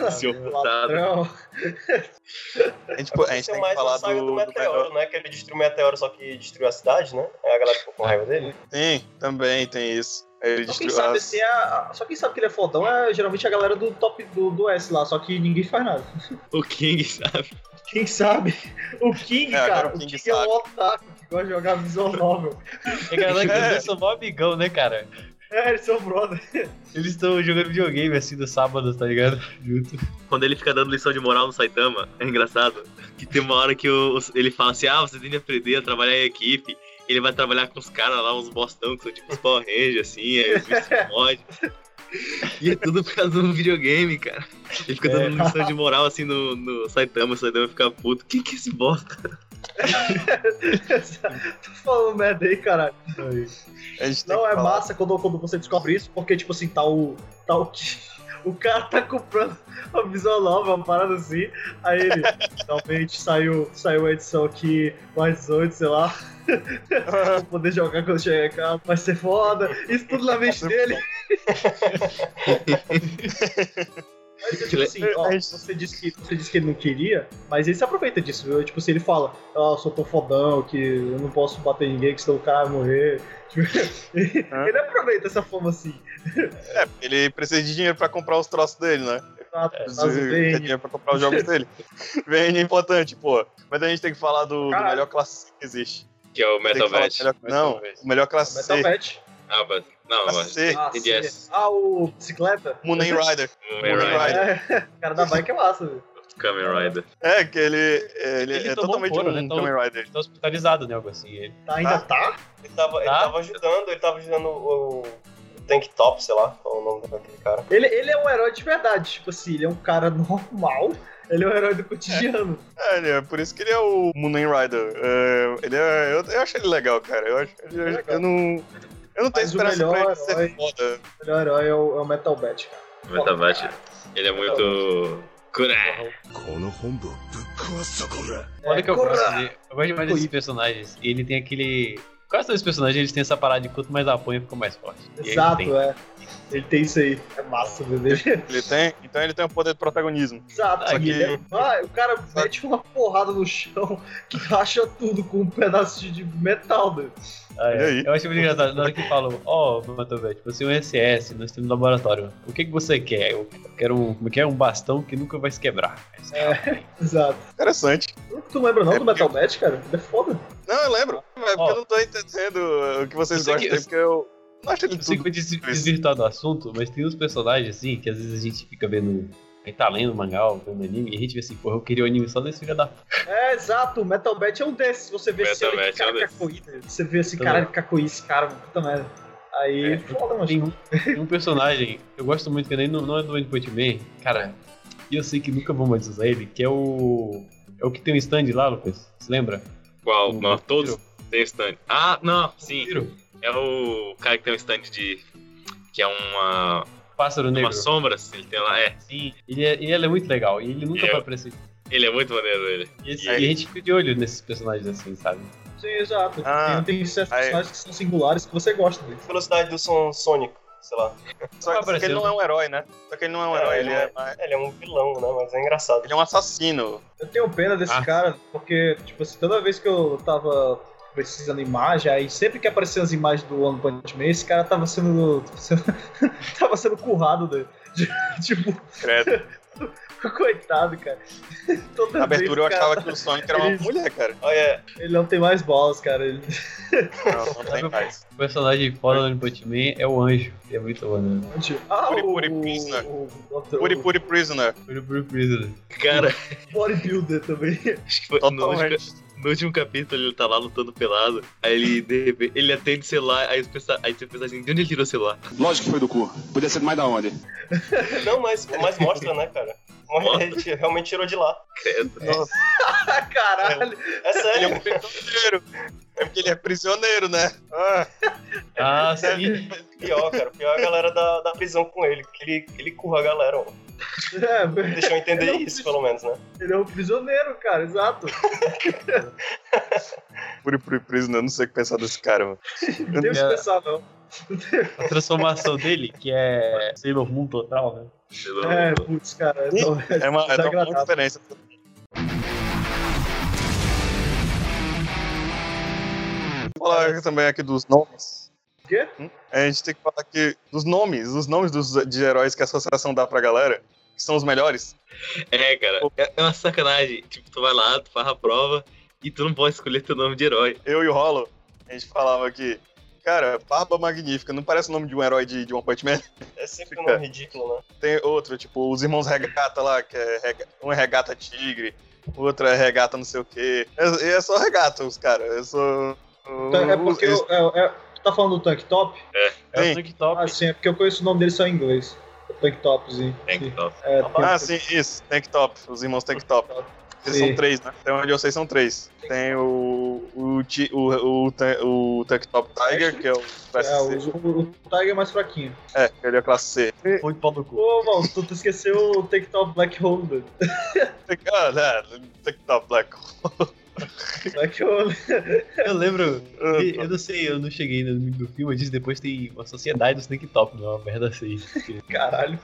Speaker 4: Ah,
Speaker 6: Senhor
Speaker 1: tá
Speaker 6: forçado.
Speaker 4: Ladrão.
Speaker 1: A gente, pô- a gente
Speaker 2: Isso
Speaker 1: tem
Speaker 2: é
Speaker 1: que
Speaker 2: mais
Speaker 1: falar
Speaker 2: uma
Speaker 1: do.
Speaker 2: saga do,
Speaker 1: do
Speaker 2: meteoro, né? Que ele destruiu o meteoro, só que destruiu a cidade, né? Aí a galera ficou com raiva dele.
Speaker 1: Sim, também tem isso. Ele
Speaker 4: Só quem,
Speaker 1: destruiu
Speaker 4: sabe,
Speaker 1: as-
Speaker 4: assim, a- só quem sabe que ele é fodão é geralmente a galera do top do, do S lá, só que ninguém faz nada.
Speaker 6: O King, sabe?
Speaker 4: Quem sabe? O King,
Speaker 1: É,
Speaker 4: cara.
Speaker 1: agora
Speaker 4: O
Speaker 1: o
Speaker 4: King,
Speaker 1: King
Speaker 4: é
Speaker 1: sabe.
Speaker 4: um otaku que gosta de jogar visual novel.
Speaker 3: É engraçado que os dois são mó amigão, né, cara?
Speaker 4: É, eles são brother.
Speaker 3: Eles estão jogando videogame assim no sábado, tá ligado? Junto.
Speaker 6: quando ele fica dando lição de moral no Saitama, é engraçado. Que tem uma hora que o- os- ele fala assim: ah, você tem que aprender a trabalhar em equipe. Ele vai trabalhar com os caras lá, uns bostão, que são tipo os Power Rangers, assim, aí os bichos se mordem. E é tudo por causa do videogame, cara. Ele fica dando
Speaker 1: É.
Speaker 6: lição de moral assim no, no Saitama, o Saitama fica puto. Quem que é esse bosta?
Speaker 4: Tô falando merda aí, caralho.
Speaker 1: A gente tem
Speaker 4: Não,
Speaker 1: que
Speaker 4: é
Speaker 1: falar.
Speaker 4: massa quando, quando você descobre isso, porque, tipo assim, tá o. Tá o Ki- O cara tá comprando uma visual nova, uma parada assim. Aí ele, finalmente saiu, saiu a edição que mais 18, sei lá. Vou poder jogar quando chegar em casa, vai ser foda. Isso tudo na mente dele. Mas, tipo assim, ó,
Speaker 1: É,
Speaker 4: você disse, que, você disse que ele não queria, mas ele se aproveita disso, viu? Tipo, se ele fala, ó, eu sou tão fodão, que eu não posso bater em ninguém, que senão o cara vai morrer. Tipo, ele,
Speaker 1: Hã?
Speaker 4: ele aproveita essa forma assim.
Speaker 1: Ele precisa de dinheiro pra comprar os troços dele, né?
Speaker 4: Exato,
Speaker 3: É,
Speaker 1: Ele
Speaker 4: faz o
Speaker 1: precisa de
Speaker 4: bem.
Speaker 1: dinheiro pra comprar os jogos dele. Vem é importante, pô. Mas a gente tem que falar do, do
Speaker 4: Caralho.
Speaker 1: melhor classe que existe.
Speaker 6: Que é o
Speaker 1: Tem que
Speaker 6: Metal
Speaker 1: falar do
Speaker 6: Batch.
Speaker 1: melhor- Não,
Speaker 3: Metal Batch.
Speaker 1: o melhor classe
Speaker 4: Metal
Speaker 1: C.
Speaker 4: Batch.
Speaker 6: Ah, mas. Não,
Speaker 1: Classe
Speaker 6: mas.
Speaker 1: C.
Speaker 4: Ah, sim.
Speaker 6: yes.
Speaker 4: ah, o bicicleta.
Speaker 1: Munen Rider.
Speaker 6: Kamen
Speaker 1: Kamen
Speaker 6: Rider.
Speaker 1: Rider.
Speaker 3: né?
Speaker 4: É, o cara da bike é massa, viu?
Speaker 6: Kamen Rider.
Speaker 1: É, que ele, ele,
Speaker 3: Ele
Speaker 1: é
Speaker 3: tomou
Speaker 1: totalmente
Speaker 3: couro,
Speaker 1: um
Speaker 3: né? Então-
Speaker 1: Kamen Rider.
Speaker 3: Tá hospitalizado, né, algo assim. Ele.
Speaker 4: Tá, ainda tá?
Speaker 2: Ele tava, ele
Speaker 3: Ah.
Speaker 2: tava ajudando, ele tava ajudando o, o Tank Top, sei lá, qual é o nome daquele cara.
Speaker 4: Ele, ele é um herói de verdade, tipo assim, ele é um cara normal, ele é um herói do cotidiano.
Speaker 1: É, ele é- por isso que ele é o Munen Rider. É, ele é, eu, eu acho ele legal, cara. Eu, acho, eu, eu
Speaker 4: Legal.
Speaker 1: não. Eu não tenho
Speaker 4: Mas o
Speaker 1: esperança pra
Speaker 4: melhor
Speaker 1: ele ser
Speaker 4: herói-
Speaker 1: foda.
Speaker 4: O melhor herói é o, é o Metal Bat, cara.
Speaker 6: O Metal Batch. Ele é
Speaker 1: Tá
Speaker 6: muito. Cura!
Speaker 7: この本部をぶっ壊すぞこら
Speaker 3: Olha o que eu
Speaker 4: Corra!
Speaker 3: gosto dele. Eu gosto demais desses
Speaker 4: Corri.
Speaker 3: personagens. E ele tem aquele. Quase todos os personagens eles têm essa parada de quanto mais apanha, fica mais forte. E ele tem.
Speaker 4: Exato, é. Ele tem isso aí. É massa, viu? dele?
Speaker 1: Ele tem, então ele tem o poder de protagonismo.
Speaker 4: Exato.
Speaker 1: Só que-
Speaker 4: ele é- Ah, o cara mete uma porrada no chão que racha tudo com um pedaço de metal, né?
Speaker 3: Ah,
Speaker 1: Olha
Speaker 3: é.
Speaker 1: aí.
Speaker 3: Eu acho muito engraçado. Na hora que falam, ó, oh, Matovete, você é um SS, nós temos um laboratório. O que, que você quer? Eu quero um. Como é que é? Um bastão que nunca vai se quebrar.
Speaker 4: Exato.
Speaker 1: Interessante.
Speaker 4: Tu- Tu lembra não
Speaker 1: É
Speaker 4: do Metal Bat, cara? Ele é foda.
Speaker 1: Não, eu lembro. É porque
Speaker 3: Ó.
Speaker 1: eu não tô entendendo o que vocês
Speaker 3: Eu sei
Speaker 1: gostam,
Speaker 3: que-
Speaker 1: dele, porque eu. Não acho ele
Speaker 3: Eu
Speaker 1: tudo.
Speaker 3: sei que foi des- desvirtuar do assunto, mas tem uns personagens assim que às vezes a gente fica vendo. A gente tá lendo mangá, ou vendo anime, e a gente vê assim, porra, eu queria o anime só desse filho da puta.
Speaker 4: É, exato. O Metal Bat é um desses. Você vê
Speaker 6: Metal
Speaker 4: esse cara
Speaker 6: Bat é um
Speaker 4: que
Speaker 6: desses.
Speaker 4: cacoí, né? Você vê esse
Speaker 3: Tá
Speaker 4: cara
Speaker 3: bom.
Speaker 4: que cacoí, esse cara, puta merda. Aí,
Speaker 3: É,
Speaker 4: foda, mano.
Speaker 3: Tem um, tem um personagem que eu gosto muito, que nem não, não é do Endpoint Man, cara, e eu sei que nunca vou mais usar ele, que é o. É o que tem um stand lá, Lucas? Você lembra?
Speaker 6: Qual?
Speaker 3: O
Speaker 6: Não, todos
Speaker 3: vampiro.
Speaker 6: têm stand. Ah, não, sim.
Speaker 3: Vampiro?
Speaker 6: É o cara que tem um stand de. Que é uma.
Speaker 3: Pássaro negro.
Speaker 6: Uma sombra, assim, ele tem lá. É.
Speaker 3: Sim, ele é, ele é muito legal, e ele nunca
Speaker 6: É.
Speaker 3: vai aparecer.
Speaker 6: Ele é muito maneiro, ele.
Speaker 3: E, esse-
Speaker 1: Aí.
Speaker 3: e a gente fica de olho nesses personagens assim, sabe?
Speaker 4: Sim, exato.
Speaker 1: Ah,
Speaker 4: tem, tem certos
Speaker 1: aí.
Speaker 4: personagens que são singulares que você gosta né? deles.
Speaker 2: Velocidade do som Sônico, sei lá.
Speaker 1: Só,
Speaker 3: Não
Speaker 1: só que ele
Speaker 3: apareceu.
Speaker 1: não é um herói, né? Só que ele não é um herói, ele é,
Speaker 2: Ele é um vilão, né? Mas é engraçado.
Speaker 1: ele é um assassino.
Speaker 4: Eu tenho pena desse
Speaker 3: Ah.
Speaker 4: cara, porque, tipo assim, toda vez que eu tava precisando de imagem, aí sempre que apareciam as imagens do One Punch Man, esse cara tava sendo. sendo- tava sendo currado, né? Tipo,
Speaker 1: Credo.
Speaker 4: o Coitado, cara. Toda
Speaker 1: Na abertura eu
Speaker 4: vez, cara,
Speaker 1: achava que o Sonic era uma
Speaker 4: Ele-
Speaker 1: mulher, cara.
Speaker 2: Olha,
Speaker 4: Ele não tem mais bolas, cara. Ele...
Speaker 1: Não, não tem mais.
Speaker 3: O personagem foda do Input Man é o anjo. Ele é muito foda. né?
Speaker 4: Ah,
Speaker 1: Puri
Speaker 4: o-
Speaker 1: Puri
Speaker 4: o-
Speaker 1: Prisoner.
Speaker 4: o- o-
Speaker 1: Puri Puri Prisoner.
Speaker 3: Foi no né? Blue Prisoner.
Speaker 6: Cara,
Speaker 4: Bodybuilder também.
Speaker 6: acho que foi no último,
Speaker 1: Totalmente.
Speaker 6: no último capítulo ele tá lá lutando pelado. Aí ele, de repente, ele atende o celular, aí você pensa, aí você pensa assim, de onde ele tirou o celular?
Speaker 7: Lógico que foi do cu. Podia ser mais da onde.
Speaker 2: não, mas, mas mostra, né, cara? Mostra, ele te- realmente tirou de lá.
Speaker 6: É,
Speaker 1: Nossa,
Speaker 4: Ah, caralho.
Speaker 2: É
Speaker 1: ele é
Speaker 2: sério.
Speaker 1: um prisioneiro. É porque ele é prisioneiro, né? Ah,
Speaker 3: Ah, sim.
Speaker 2: Pior, cara. Pior é a galera da, da prisão com ele. Que ele, ele curra a galera, ó.
Speaker 4: É,
Speaker 2: Deixa eu entender
Speaker 4: Ele é um
Speaker 2: isso, pelo menos, né?
Speaker 4: ele é um prisioneiro, cara, exato.
Speaker 1: Puri Puri Prisoner, eu não sei o que pensar desse cara, mano.
Speaker 4: Não tem o que
Speaker 3: É.
Speaker 4: pensar, não.
Speaker 3: A transformação dele, que é Sailor Moon total, né?
Speaker 4: É, putz, cara.
Speaker 1: Ih,
Speaker 4: não,
Speaker 1: É uma, é uma
Speaker 4: desagradável.
Speaker 1: boa diferença. Vou falar também aqui dos nomes.
Speaker 4: Quê?
Speaker 1: Hum? A gente tem que falar aqui dos nomes, os nomes dos, de heróis que a associação dá pra galera, que são os melhores.
Speaker 6: É, cara, é é uma sacanagem. Tipo, tu vai lá, tu faz a prova e tu não pode escolher teu nome de herói.
Speaker 1: Eu e o Hollow, a gente falava aqui, cara, Barba Magnífica, não parece o nome de um herói de, de One Punch Man?
Speaker 2: É sempre um
Speaker 1: Fica.
Speaker 2: nome ridículo, né?
Speaker 1: Tem outro, tipo, os irmãos regata lá, que é rega... um é regata tigre, outro é regata não sei o quê. É, é só regata, os caras. É só.
Speaker 4: Então, É porque.
Speaker 1: eles-
Speaker 4: eu- é- é- tu tá falando do Tank Top?
Speaker 3: É
Speaker 1: Sim.
Speaker 3: o Tank Top.
Speaker 4: Ah, sim, é porque eu conheço o nome dele só em inglês. O Tank Topzinho.
Speaker 6: Tank Top.
Speaker 4: É,
Speaker 1: Ah, sim, isso. Tank Top. Os irmãos Tank Top. Eles
Speaker 4: Sim.
Speaker 1: são três, né? Até onde eu sei, são três. Tem o. O, ti- o, o, Tan- o Tank Top Tiger, que é o classe
Speaker 4: É,
Speaker 1: C.
Speaker 4: o, o, o Tiger é mais fraquinho.
Speaker 1: É, ele é o classe C.
Speaker 3: Foi de pau no cu.
Speaker 4: Pô, mano, tu, tu esqueceu o Tank Top Black Hole, velho.
Speaker 1: Tank- Ah, né? Tank Top Black.
Speaker 4: Black Hole.
Speaker 3: Eu lembro.
Speaker 1: Ah,
Speaker 3: e-
Speaker 1: tá.
Speaker 3: Eu não sei, eu não cheguei no domingo do filme, eu disse depois tem uma sociedade dos Tank Top, não, é uma merda assim.
Speaker 4: Caralho.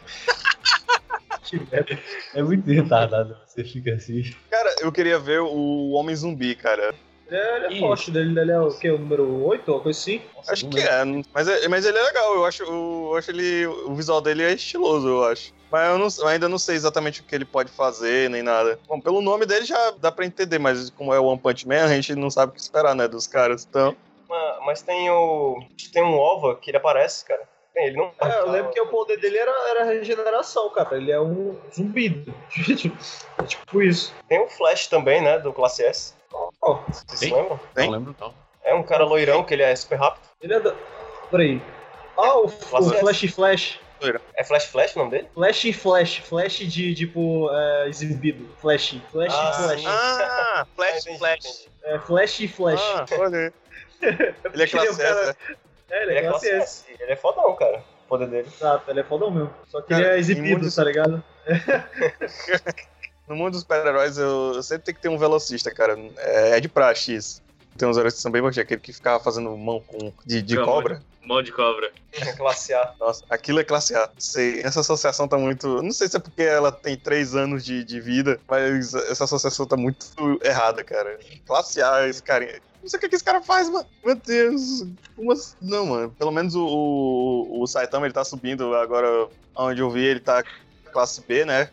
Speaker 4: Que merda.
Speaker 3: É muito retardado, você fica assim.
Speaker 1: Cara, eu queria ver o Homem Zumbi, cara.
Speaker 4: É, ele é
Speaker 3: Ih.
Speaker 4: forte, dele, ele é o quê? O número 8 ou coisa assim?
Speaker 3: Nossa,
Speaker 1: Acho
Speaker 3: não
Speaker 1: que
Speaker 3: lembro.
Speaker 1: é, mas, é- mas ele é legal, eu acho, eu acho ele. O visual dele é estiloso, eu acho. Mas eu, não- eu ainda não sei exatamente o que ele pode fazer, nem nada. Bom, pelo nome dele já dá pra entender, mas como é o One Punch Man, a gente não sabe o que esperar, né, dos caras. Então,
Speaker 2: Mas, mas tem o. Tem um OVA que ele aparece, cara. Tem, Ele não. tá-
Speaker 4: É, eu lembro que o poder dele era, era regeneração, cara. Ele é um zumbi. é tipo isso.
Speaker 2: Tem o Flash também, né? Do Classe S.
Speaker 4: Ó,
Speaker 2: Vocês
Speaker 3: Tem?
Speaker 2: lembram?
Speaker 1: Tem?
Speaker 3: Não lembro, então. não.
Speaker 2: É um cara loirão que ele é super rápido.
Speaker 4: ele é da... Peraí. Ah, o, o Flash e Flash.
Speaker 2: É Flash Flash o nome dele?
Speaker 4: Flash e Flash. Flash de, tipo, é, exibido. Flash. Flash
Speaker 2: Ah,
Speaker 4: e Flash.
Speaker 2: sim.
Speaker 1: Ah,
Speaker 2: Ah,
Speaker 1: Flash,
Speaker 2: entendi,
Speaker 1: Flash.
Speaker 2: entendi.
Speaker 4: É, Flash e Flash.
Speaker 1: Ah, olha aí. Ele é
Speaker 4: Ele é um
Speaker 1: classe
Speaker 4: cara-
Speaker 1: S, né?
Speaker 4: é, ele
Speaker 2: Ele
Speaker 4: é
Speaker 2: é Classe
Speaker 4: gracioso.
Speaker 2: S. Ele é fodão, cara. O poder dele.
Speaker 4: Exato, ele é fodão mesmo. Só que
Speaker 1: Cara,
Speaker 4: ele é
Speaker 1: tem
Speaker 4: exibido,
Speaker 1: muitos-
Speaker 4: tá ligado?
Speaker 1: No mundo dos super-heróis, eu, eu sempre tenho que ter um velocista, cara. É, é de praxe isso. Tem uns heróis que são bem baixos, aquele que ficava fazendo mão com, de, de
Speaker 6: Calma,
Speaker 1: cobra.
Speaker 6: Mão de cobra.
Speaker 2: É Classe A.
Speaker 1: Nossa, aquilo é classe A. Sei, essa associação tá muito. Não sei se é porque ela tem três anos de, de vida, mas essa associação tá muito errada, cara. Classe A, esse cara. Não sei o que, que esse cara faz, mano. Meu Deus. Como assim? Não, mano. Pelo menos o, o, o Saitama, ele tá subindo agora. Onde eu vi, ele tá classe B, né?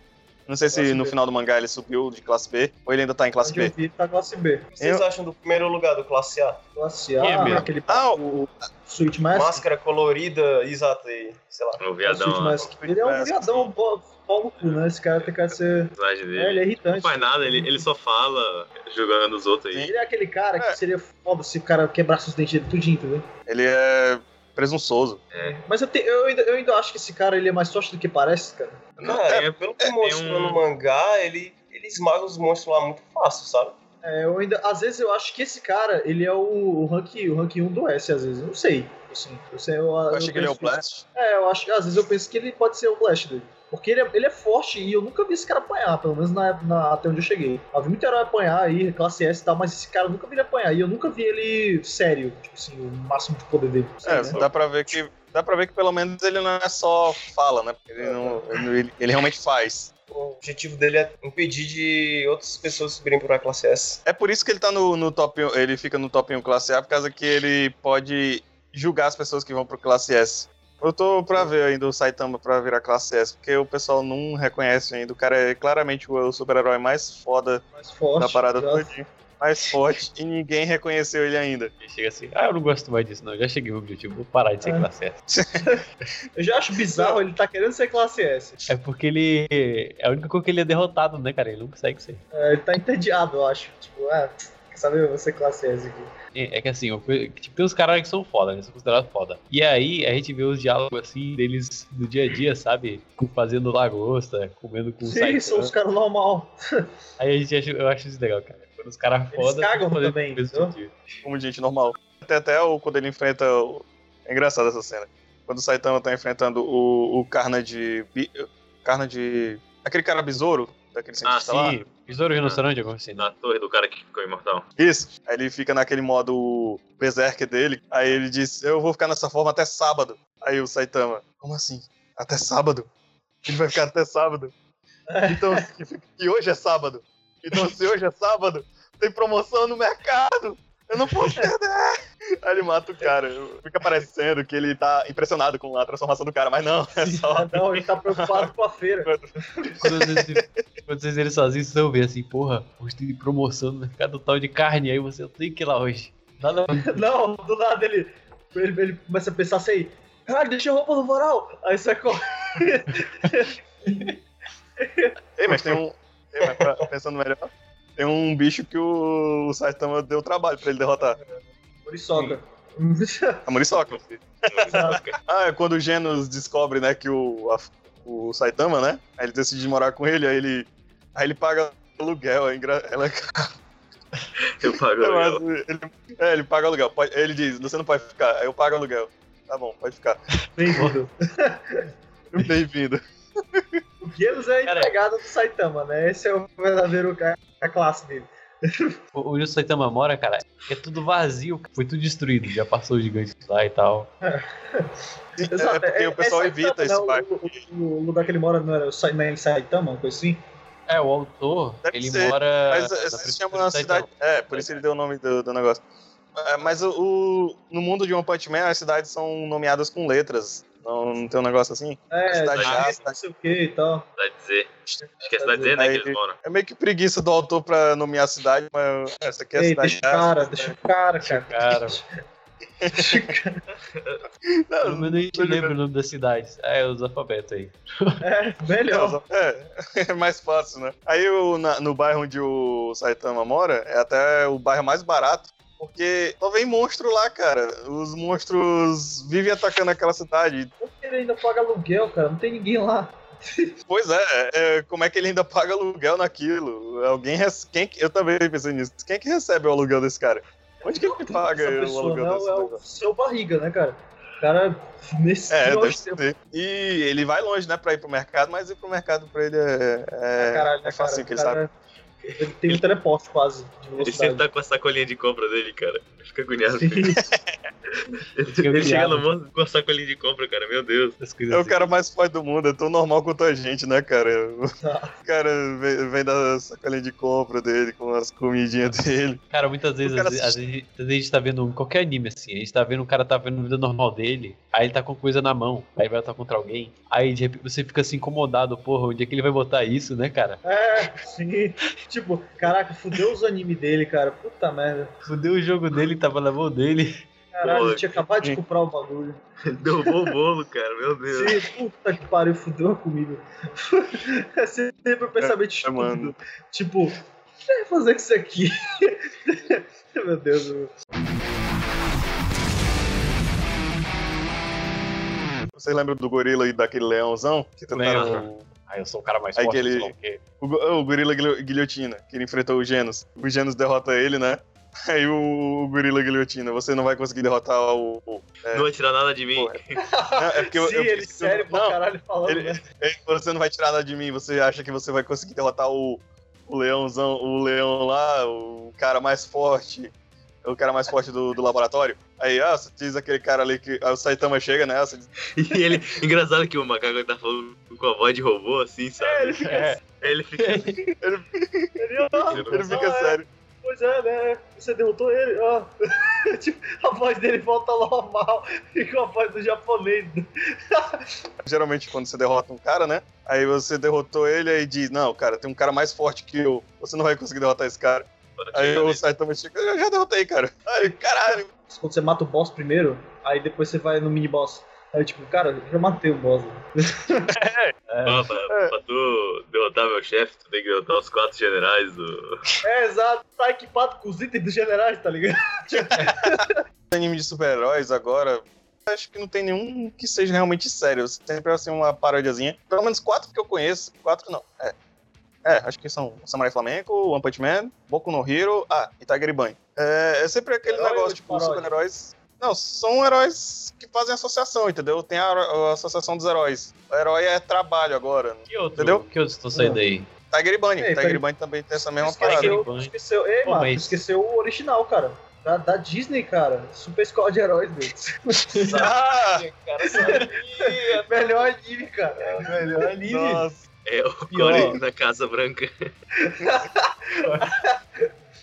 Speaker 1: Não sei se
Speaker 4: Classe
Speaker 1: no
Speaker 4: B.
Speaker 1: final do mangá ele subiu de classe B ou ele ainda tá em classe
Speaker 4: Onde eu
Speaker 1: B.
Speaker 4: vi, tá classe B.
Speaker 2: O que vocês acham do primeiro lugar do Classe A?
Speaker 4: Classe
Speaker 3: Quem é
Speaker 4: A,
Speaker 3: mesmo?
Speaker 4: aquele
Speaker 1: Ah,
Speaker 4: o, o Switch Mask.
Speaker 2: Máscara colorida, exato, e sei lá.
Speaker 6: O
Speaker 4: O Switch
Speaker 6: viadão, ó, o
Speaker 4: Mask. Ele é um
Speaker 1: Mask.
Speaker 4: viadão, pau pau no cu, né? Esse cara tem que ser...
Speaker 6: personagem
Speaker 4: É,
Speaker 6: dele.
Speaker 4: ele é
Speaker 6: Não
Speaker 4: irritante.
Speaker 6: faz nada, ele, ele só fala jogando os outros aí.
Speaker 4: Ele é aquele cara que
Speaker 1: É.
Speaker 4: seria foda se o cara quebrasse os dentes dele tudinho, entendeu?
Speaker 1: Ele é presunçoso.
Speaker 4: Mas eu, te- eu, ainda, eu ainda acho que esse cara ele é mais forte do que parece, cara.
Speaker 2: Cara,
Speaker 6: é-
Speaker 2: pelo que mostra no
Speaker 1: um-
Speaker 2: mangá, ele, ele esmaga os monstros lá muito fácil, sabe?
Speaker 4: É, eu ainda, às vezes eu acho que esse cara, ele é o, o, rank, o rank 1 do S, às vezes. Eu não sei. Assim, eu, sei, eu,
Speaker 1: Eu achei que ele é o
Speaker 4: penso-
Speaker 1: Blast.
Speaker 4: É, eu acho que às vezes eu penso que ele pode ser o Blast dele. Porque ele é, ele é forte e eu nunca vi esse cara apanhar, pelo menos na, na- até onde eu cheguei. Eu vi muito herói apanhar aí, classe S e tal, mas esse cara eu nunca vi ele apanhar. E eu nunca vi ele sério, tipo assim, o máximo de poder dele. Sei,
Speaker 1: É,
Speaker 4: né?
Speaker 1: dá pra ver que. Dá pra ver que pelo menos ele não é só fala, né? Porque Ele, não, ele, ele realmente faz.
Speaker 2: O objetivo dele é impedir de outras pessoas subirem pra Classe S.
Speaker 1: É por isso que ele tá no, no top 1. Ele fica no top 1 classe A, por causa que ele pode julgar as pessoas que vão pro classe S. Eu tô pra ver ainda o Saitama pra virar classe S, porque o pessoal não reconhece ainda. O cara é claramente o super-herói mais foda
Speaker 4: É mais forte,
Speaker 1: da parada toda. Mais forte e ninguém reconheceu ele ainda.
Speaker 3: Ele chega assim, ah, eu não gosto mais disso, não. Já cheguei no objetivo, vou parar de ser
Speaker 4: É.
Speaker 3: classe S.
Speaker 4: Eu já acho bizarro, ele tá querendo ser classe S.
Speaker 3: É porque ele. É a única coisa que ele é derrotado, né, cara? Ele não consegue ser.
Speaker 4: É, ele tá entediado, eu acho. Tipo, ah, quer saber, eu vou ser classe S aqui.
Speaker 3: É é que assim, eu- tipo, tem uns caras que são foda, né? São considerados foda. E aí a gente vê os diálogos assim deles do dia a dia, sabe? Com- Fazendo lagosta, comendo com
Speaker 4: Sim, são os caras normal.
Speaker 3: Aí a gente acha, eu acho isso legal, cara. Quando os caras foda.
Speaker 4: cagam
Speaker 3: fazendo
Speaker 4: também,
Speaker 3: coisa
Speaker 4: entendeu?
Speaker 3: do dia.
Speaker 1: Como gente normal. Até, até o, quando ele enfrenta. O... É engraçado essa cena. Quando o Saitama tá enfrentando o, o Carnage. Bi- Carnage. Aquele cara besouro, daquele
Speaker 5: Ah,
Speaker 1: cientista Tá lá.
Speaker 3: Sim, besouro rinoceronte, alguma coisa assim.
Speaker 6: Ah,
Speaker 5: Na torre do cara que ficou imortal.
Speaker 1: Isso. Aí ele fica naquele modo berserk dele. Aí ele diz: Eu vou ficar nessa forma até sábado. Aí o Saitama: Como assim? Até sábado? Ele vai ficar até sábado. Então, e hoje é sábado. Então, se hoje é sábado, tem promoção no mercado. Eu não posso perder. Aí ele mata o cara. Fica parecendo que ele tá impressionado com a transformação do cara, mas não, é
Speaker 4: Ah,
Speaker 1: só.
Speaker 4: não, ele tá preocupado com a feira.
Speaker 3: Quando vocês, quando vocês verem sozinhos, vocês vão ver assim, porra, hoje tem promoção no mercado tal de carne, aí você eu tenho que ir lá hoje. Nada
Speaker 4: Não, do nada ele, ele, ele começa a pensar assim, caralho, deixa a roupa no varal. Aí você corre.
Speaker 1: Ei, mas tem um. Ei, mas pra- pensando melhor, tem um bicho que o Saitama deu trabalho pra ele derrotar.
Speaker 4: Muriçoca.
Speaker 1: A Muriçoca. Ah, é quando o Genos descobre, né, que o, a- o Saitama, né? Aí ele decide morar com ele, aí ele. Aí ele paga aluguel, é engra... ela
Speaker 5: Eu pago
Speaker 1: Mas,
Speaker 5: aluguel.
Speaker 1: ele, é, ele paga aluguel. Pode- ele diz, você não pode ficar, aí eu pago aluguel. Tá bom, pode ficar.
Speaker 4: Bem-vindo.
Speaker 1: Bem-vindo.
Speaker 4: O Guelos é
Speaker 3: Cara.
Speaker 4: empregado do Saitama, né? Esse é o verdadeiro ca- a classe dele.
Speaker 3: O- Onde o Saitama mora, cara, é tudo vazio, cara. foi tudo destruído, já passou o gigante lá e tal.
Speaker 1: É porque o pessoal
Speaker 4: Saitama,
Speaker 1: evita esse
Speaker 4: né?
Speaker 1: bairro.
Speaker 4: O, o- o lugar que ele mora não era o Sa- não é em Saitama, uma coisa assim?
Speaker 3: É, o autor,
Speaker 1: Deve
Speaker 3: ele
Speaker 1: ser,
Speaker 3: mora.
Speaker 1: Mas
Speaker 3: na
Speaker 1: essa se
Speaker 3: prefeitura
Speaker 1: chama uma
Speaker 3: de Saitama.
Speaker 1: cidade. É, por isso ele deu o nome do, do negócio. É, Mas o, o- no mundo de One Punch Man, as cidades são nomeadas com letras. Não, não tem um negócio assim?
Speaker 4: É,
Speaker 1: Cidade
Speaker 4: de-
Speaker 1: A, cidade-
Speaker 4: não sei o que e tal.
Speaker 5: Dá dizer. Esquece da dizer, né? Que eles moram.
Speaker 1: É meio que preguiça do autor pra nomear a cidade, mas essa aqui é a
Speaker 4: Ei,
Speaker 1: cidade. né?
Speaker 4: deixa o cara, deixa o cara, cara.
Speaker 3: Cara,
Speaker 4: Deixa o cara.
Speaker 3: pelo menos a gente lembra o nome da cidade. É, os alfabetos aí.
Speaker 4: É, melhor.
Speaker 1: É, é mais fácil, né? Aí o- na- no bairro onde o Saitama mora, é até o bairro mais barato. Porque só vem monstro lá, cara. Os monstros vivem atacando aquela cidade.
Speaker 4: Por que ele ainda paga aluguel, cara? Não tem ninguém lá.
Speaker 1: Pois é, é, como é que ele ainda paga aluguel naquilo? Alguém rece- quem que- Eu também pensei nisso. Quem que recebe o aluguel desse cara? Onde que ele paga
Speaker 4: Essa
Speaker 1: o
Speaker 4: pessoa
Speaker 1: aluguel
Speaker 4: não
Speaker 1: desse
Speaker 4: é
Speaker 1: negócio?
Speaker 4: o seu barriga, né, cara? O cara, nesse
Speaker 1: É, deve
Speaker 4: hostel,
Speaker 1: ser. E ele vai longe, né, pra ir pro mercado, mas ir pro mercado pra ele é. é-
Speaker 4: caralho,
Speaker 1: é
Speaker 4: né,
Speaker 1: fácil
Speaker 4: cara?
Speaker 1: que
Speaker 4: O
Speaker 1: ele sabe.
Speaker 4: cara- Ele tem um teleporte quase de
Speaker 5: Ele sempre
Speaker 4: velocidade.
Speaker 5: tá com a sacolinha de compra dele, cara. Fica agoniado.
Speaker 4: Sim.
Speaker 5: Ele, ele chega no mundo com a sacolinha de compra, cara. Meu Deus.
Speaker 3: As coisas
Speaker 1: É o
Speaker 3: assim.
Speaker 1: cara mais forte do mundo, é tão normal quanto a gente, né, cara?
Speaker 4: Ah.
Speaker 1: O cara vem, vem da sacolinha de compra dele, com as comidinhas dele.
Speaker 3: Cara, muitas vezes,
Speaker 1: cara
Speaker 3: às, vezes- às vezes, às vezes a gente tá vendo um- qualquer anime assim, a gente tá vendo, o cara tá vendo a vida normal dele, aí ele tá com coisa na mão, aí vai lutar contra alguém, aí de repente você fica assim incomodado, porra, onde é que ele vai botar isso, né, cara?
Speaker 4: É, sim. Tipo, caraca, fudeu os animes dele, cara. Puta merda.
Speaker 3: Fudeu o jogo dele, tava na mão dele.
Speaker 4: Caralho,
Speaker 5: Pô,
Speaker 4: eu tinha acabado de comprar o bagulho.
Speaker 5: Derrubou o bolo, cara. Meu Deus.
Speaker 4: Sim, puta que pariu, fudeu a comida. É sempre um pensamento
Speaker 1: É,
Speaker 4: estúpido.
Speaker 1: mano.
Speaker 4: Tipo, o que eu ia fazer com isso aqui? Meu Deus, meu.
Speaker 1: Vocês lembram do gorila e daquele leãozão? Que tentaram...
Speaker 3: Lembro. Ah, eu sou o cara mais
Speaker 1: Aí
Speaker 3: forte,
Speaker 1: que ele-
Speaker 3: sei lá o quê.
Speaker 1: O, go- o gorila guilho- guilhotina, que ele enfrentou o Genos. O Genos derrota ele, né? Aí o, o gorila guilhotina, você não vai conseguir derrotar o. o- é,
Speaker 5: Não vai tirar nada de mim.
Speaker 1: Porra. Não, é porque eu-
Speaker 4: Sim,
Speaker 1: eu-
Speaker 4: ele sério pra
Speaker 1: Não,
Speaker 4: caralho falando,
Speaker 1: ele-
Speaker 4: né?
Speaker 1: Ei, Você não vai tirar nada de mim, você acha que você vai conseguir derrotar o, o leãozão, o leão lá, o cara mais forte, o cara mais forte do, do laboratório? Aí, ah, você diz aquele cara ali que aí o Saitama chega, né? Você diz,
Speaker 5: E ele. Engraçado que o macaco tá falando com a voz de robô, assim, sabe?
Speaker 3: É,
Speaker 5: Ele fica.
Speaker 4: Ele,
Speaker 1: ele fica sério.
Speaker 4: Pois é, né? Você derrotou ele, ó. tipo, a voz dele volta normal, fica a voz do japonês.
Speaker 1: Geralmente, quando você derrota um cara, né? Aí você derrotou ele e diz: Não, cara, tem um cara mais forte que eu. Você não vai conseguir derrotar esse cara. Aí o Saitama chega, eu já derrotei, cara. Aí, caralho.
Speaker 4: Quando você mata o boss primeiro, aí depois você vai no mini boss. Aí tipo, cara, eu já matei o boss.
Speaker 6: É. é. Não, pra, pra, tu derrotar meu chefe, tu tem que derrotar os quatro generais do.
Speaker 4: É, exato. Tá equipado com os itens dos generais, tá ligado?
Speaker 1: Anime de super-heróis agora, acho que não tem nenhum que seja realmente sério. Sempre assim uma parodiazinha. Pelo menos quatro que eu conheço. Quatro não. É. É, acho que são Samurai Flamengo, One Punch Man, Boku no Hero, ah, e Tiger Bunny. É, é sempre aquele Herói negócio, tipo, super-heróis. Não, são heróis que fazem associação, entendeu? Tem a, a, associação dos heróis. O herói é trabalho agora.
Speaker 3: Que outro?
Speaker 1: Entendeu?
Speaker 3: Que outros estão saindo aí?
Speaker 1: Tiger Bunny. Ei, Tiger Bunny também tem essa mesma
Speaker 4: esqueceu,
Speaker 1: É parada.
Speaker 4: Bunny. Esqueceu, ei, mano, mas... esqueceu o original, cara. Da, da, Disney, cara. Super Escola de Heróis, velho.
Speaker 1: Ah!
Speaker 2: Sabia, cara. Sabia.
Speaker 4: É melhor anime, cara. É o melhor anime. Nossa.
Speaker 6: É o Core da Casa Branca.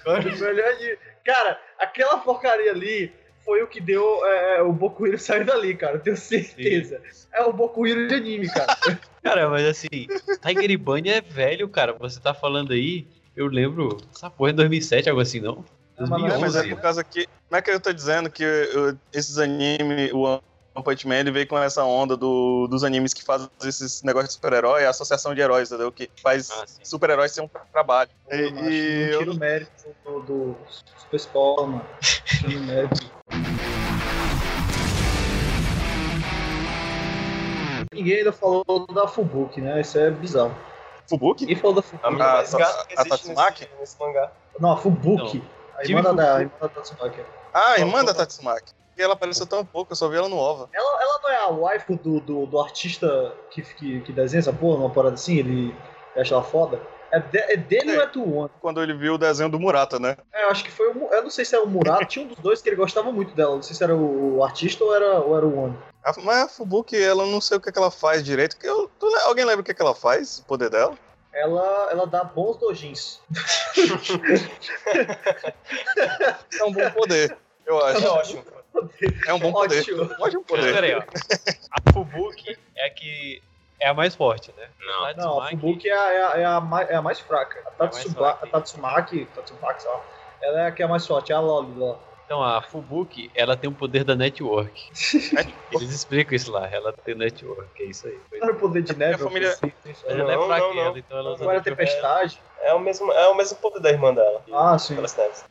Speaker 4: melhor de... Cara, aquela porcaria ali foi o que deu é, o Boku Hero sair dali, cara. Tenho certeza. Sim. É o Boku Hero de anime, cara.
Speaker 3: cara, mas assim, Tiger Bunny é velho, cara. Você tá falando aí, eu lembro. Essa porra é 2007, algo assim, não?
Speaker 1: 2011. Não, mas é por causa que. Como é que eu tô dizendo que eu, esses animes, o One Punch Man ele veio com essa onda do, dos animes que fazem esses negócios de super-herói, a associação de heróis, entendeu? Que faz ah, super-heróis ser um trabalho.
Speaker 4: E, É, e não tiro eu... mérito do, do Super Spawn, mano. Tiro mérito. Ninguém ainda falou da Fubuki, né? Isso é bizarro.
Speaker 1: Fubuki?
Speaker 4: Ninguém falou da Fubuki.
Speaker 1: A, a, a, Ah, a Tatsumaki?
Speaker 2: Nesse, nesse mangá.
Speaker 4: Não, a Fubuki. A irmã, Fubuki. Da, a irmã da Tatsumaki.
Speaker 1: Ah, a irmã da Tatsumaki ela apareceu tão pouco, eu só vi ela no OVA.
Speaker 4: Ela, ela não é a waifu do, do, do artista que, que, que, desenha essa porra, numa parada assim, ele acha ela foda? É, de, é dele é. ou é do One?
Speaker 1: Quando ele viu o desenho do Murata, né?
Speaker 4: É, eu acho que foi o. Eu não sei se era o Murata, tinha um dos dois que ele gostava muito dela. Não sei se era o artista ou era, ou era o One.
Speaker 1: A, mas a Fubuki, ela não sei o que, é que ela faz direito. Que eu, tu, alguém lembra o que, que ela faz? O poder dela?
Speaker 4: ela, ela dá bons dojins.
Speaker 1: é um bom poder, eu acho.
Speaker 2: É ótimo.
Speaker 1: É um bom poder. Ótimo, Ótimo poder.
Speaker 3: Peraí, ó. A Fubuki é a que é a mais forte, né?
Speaker 6: Não,
Speaker 3: a
Speaker 4: não a Fubuki é a, é, a, é, a mais, é a mais fraca. A, Tatsuba, a Tatsumaki, Tatsumaki, sei lá, ela é a que é a mais forte, é a Loli lá.
Speaker 3: Então, a Fubuki, ela tem o poder da network. Eles explicam isso lá, ela tem network, é isso aí.
Speaker 4: Não era o um poder de neve,
Speaker 1: família...
Speaker 3: ela não, é fraquela, então ela usa
Speaker 4: Agora tempestade.
Speaker 2: É o, mesmo, é o mesmo poder da irmã dela.
Speaker 4: Ah, sim.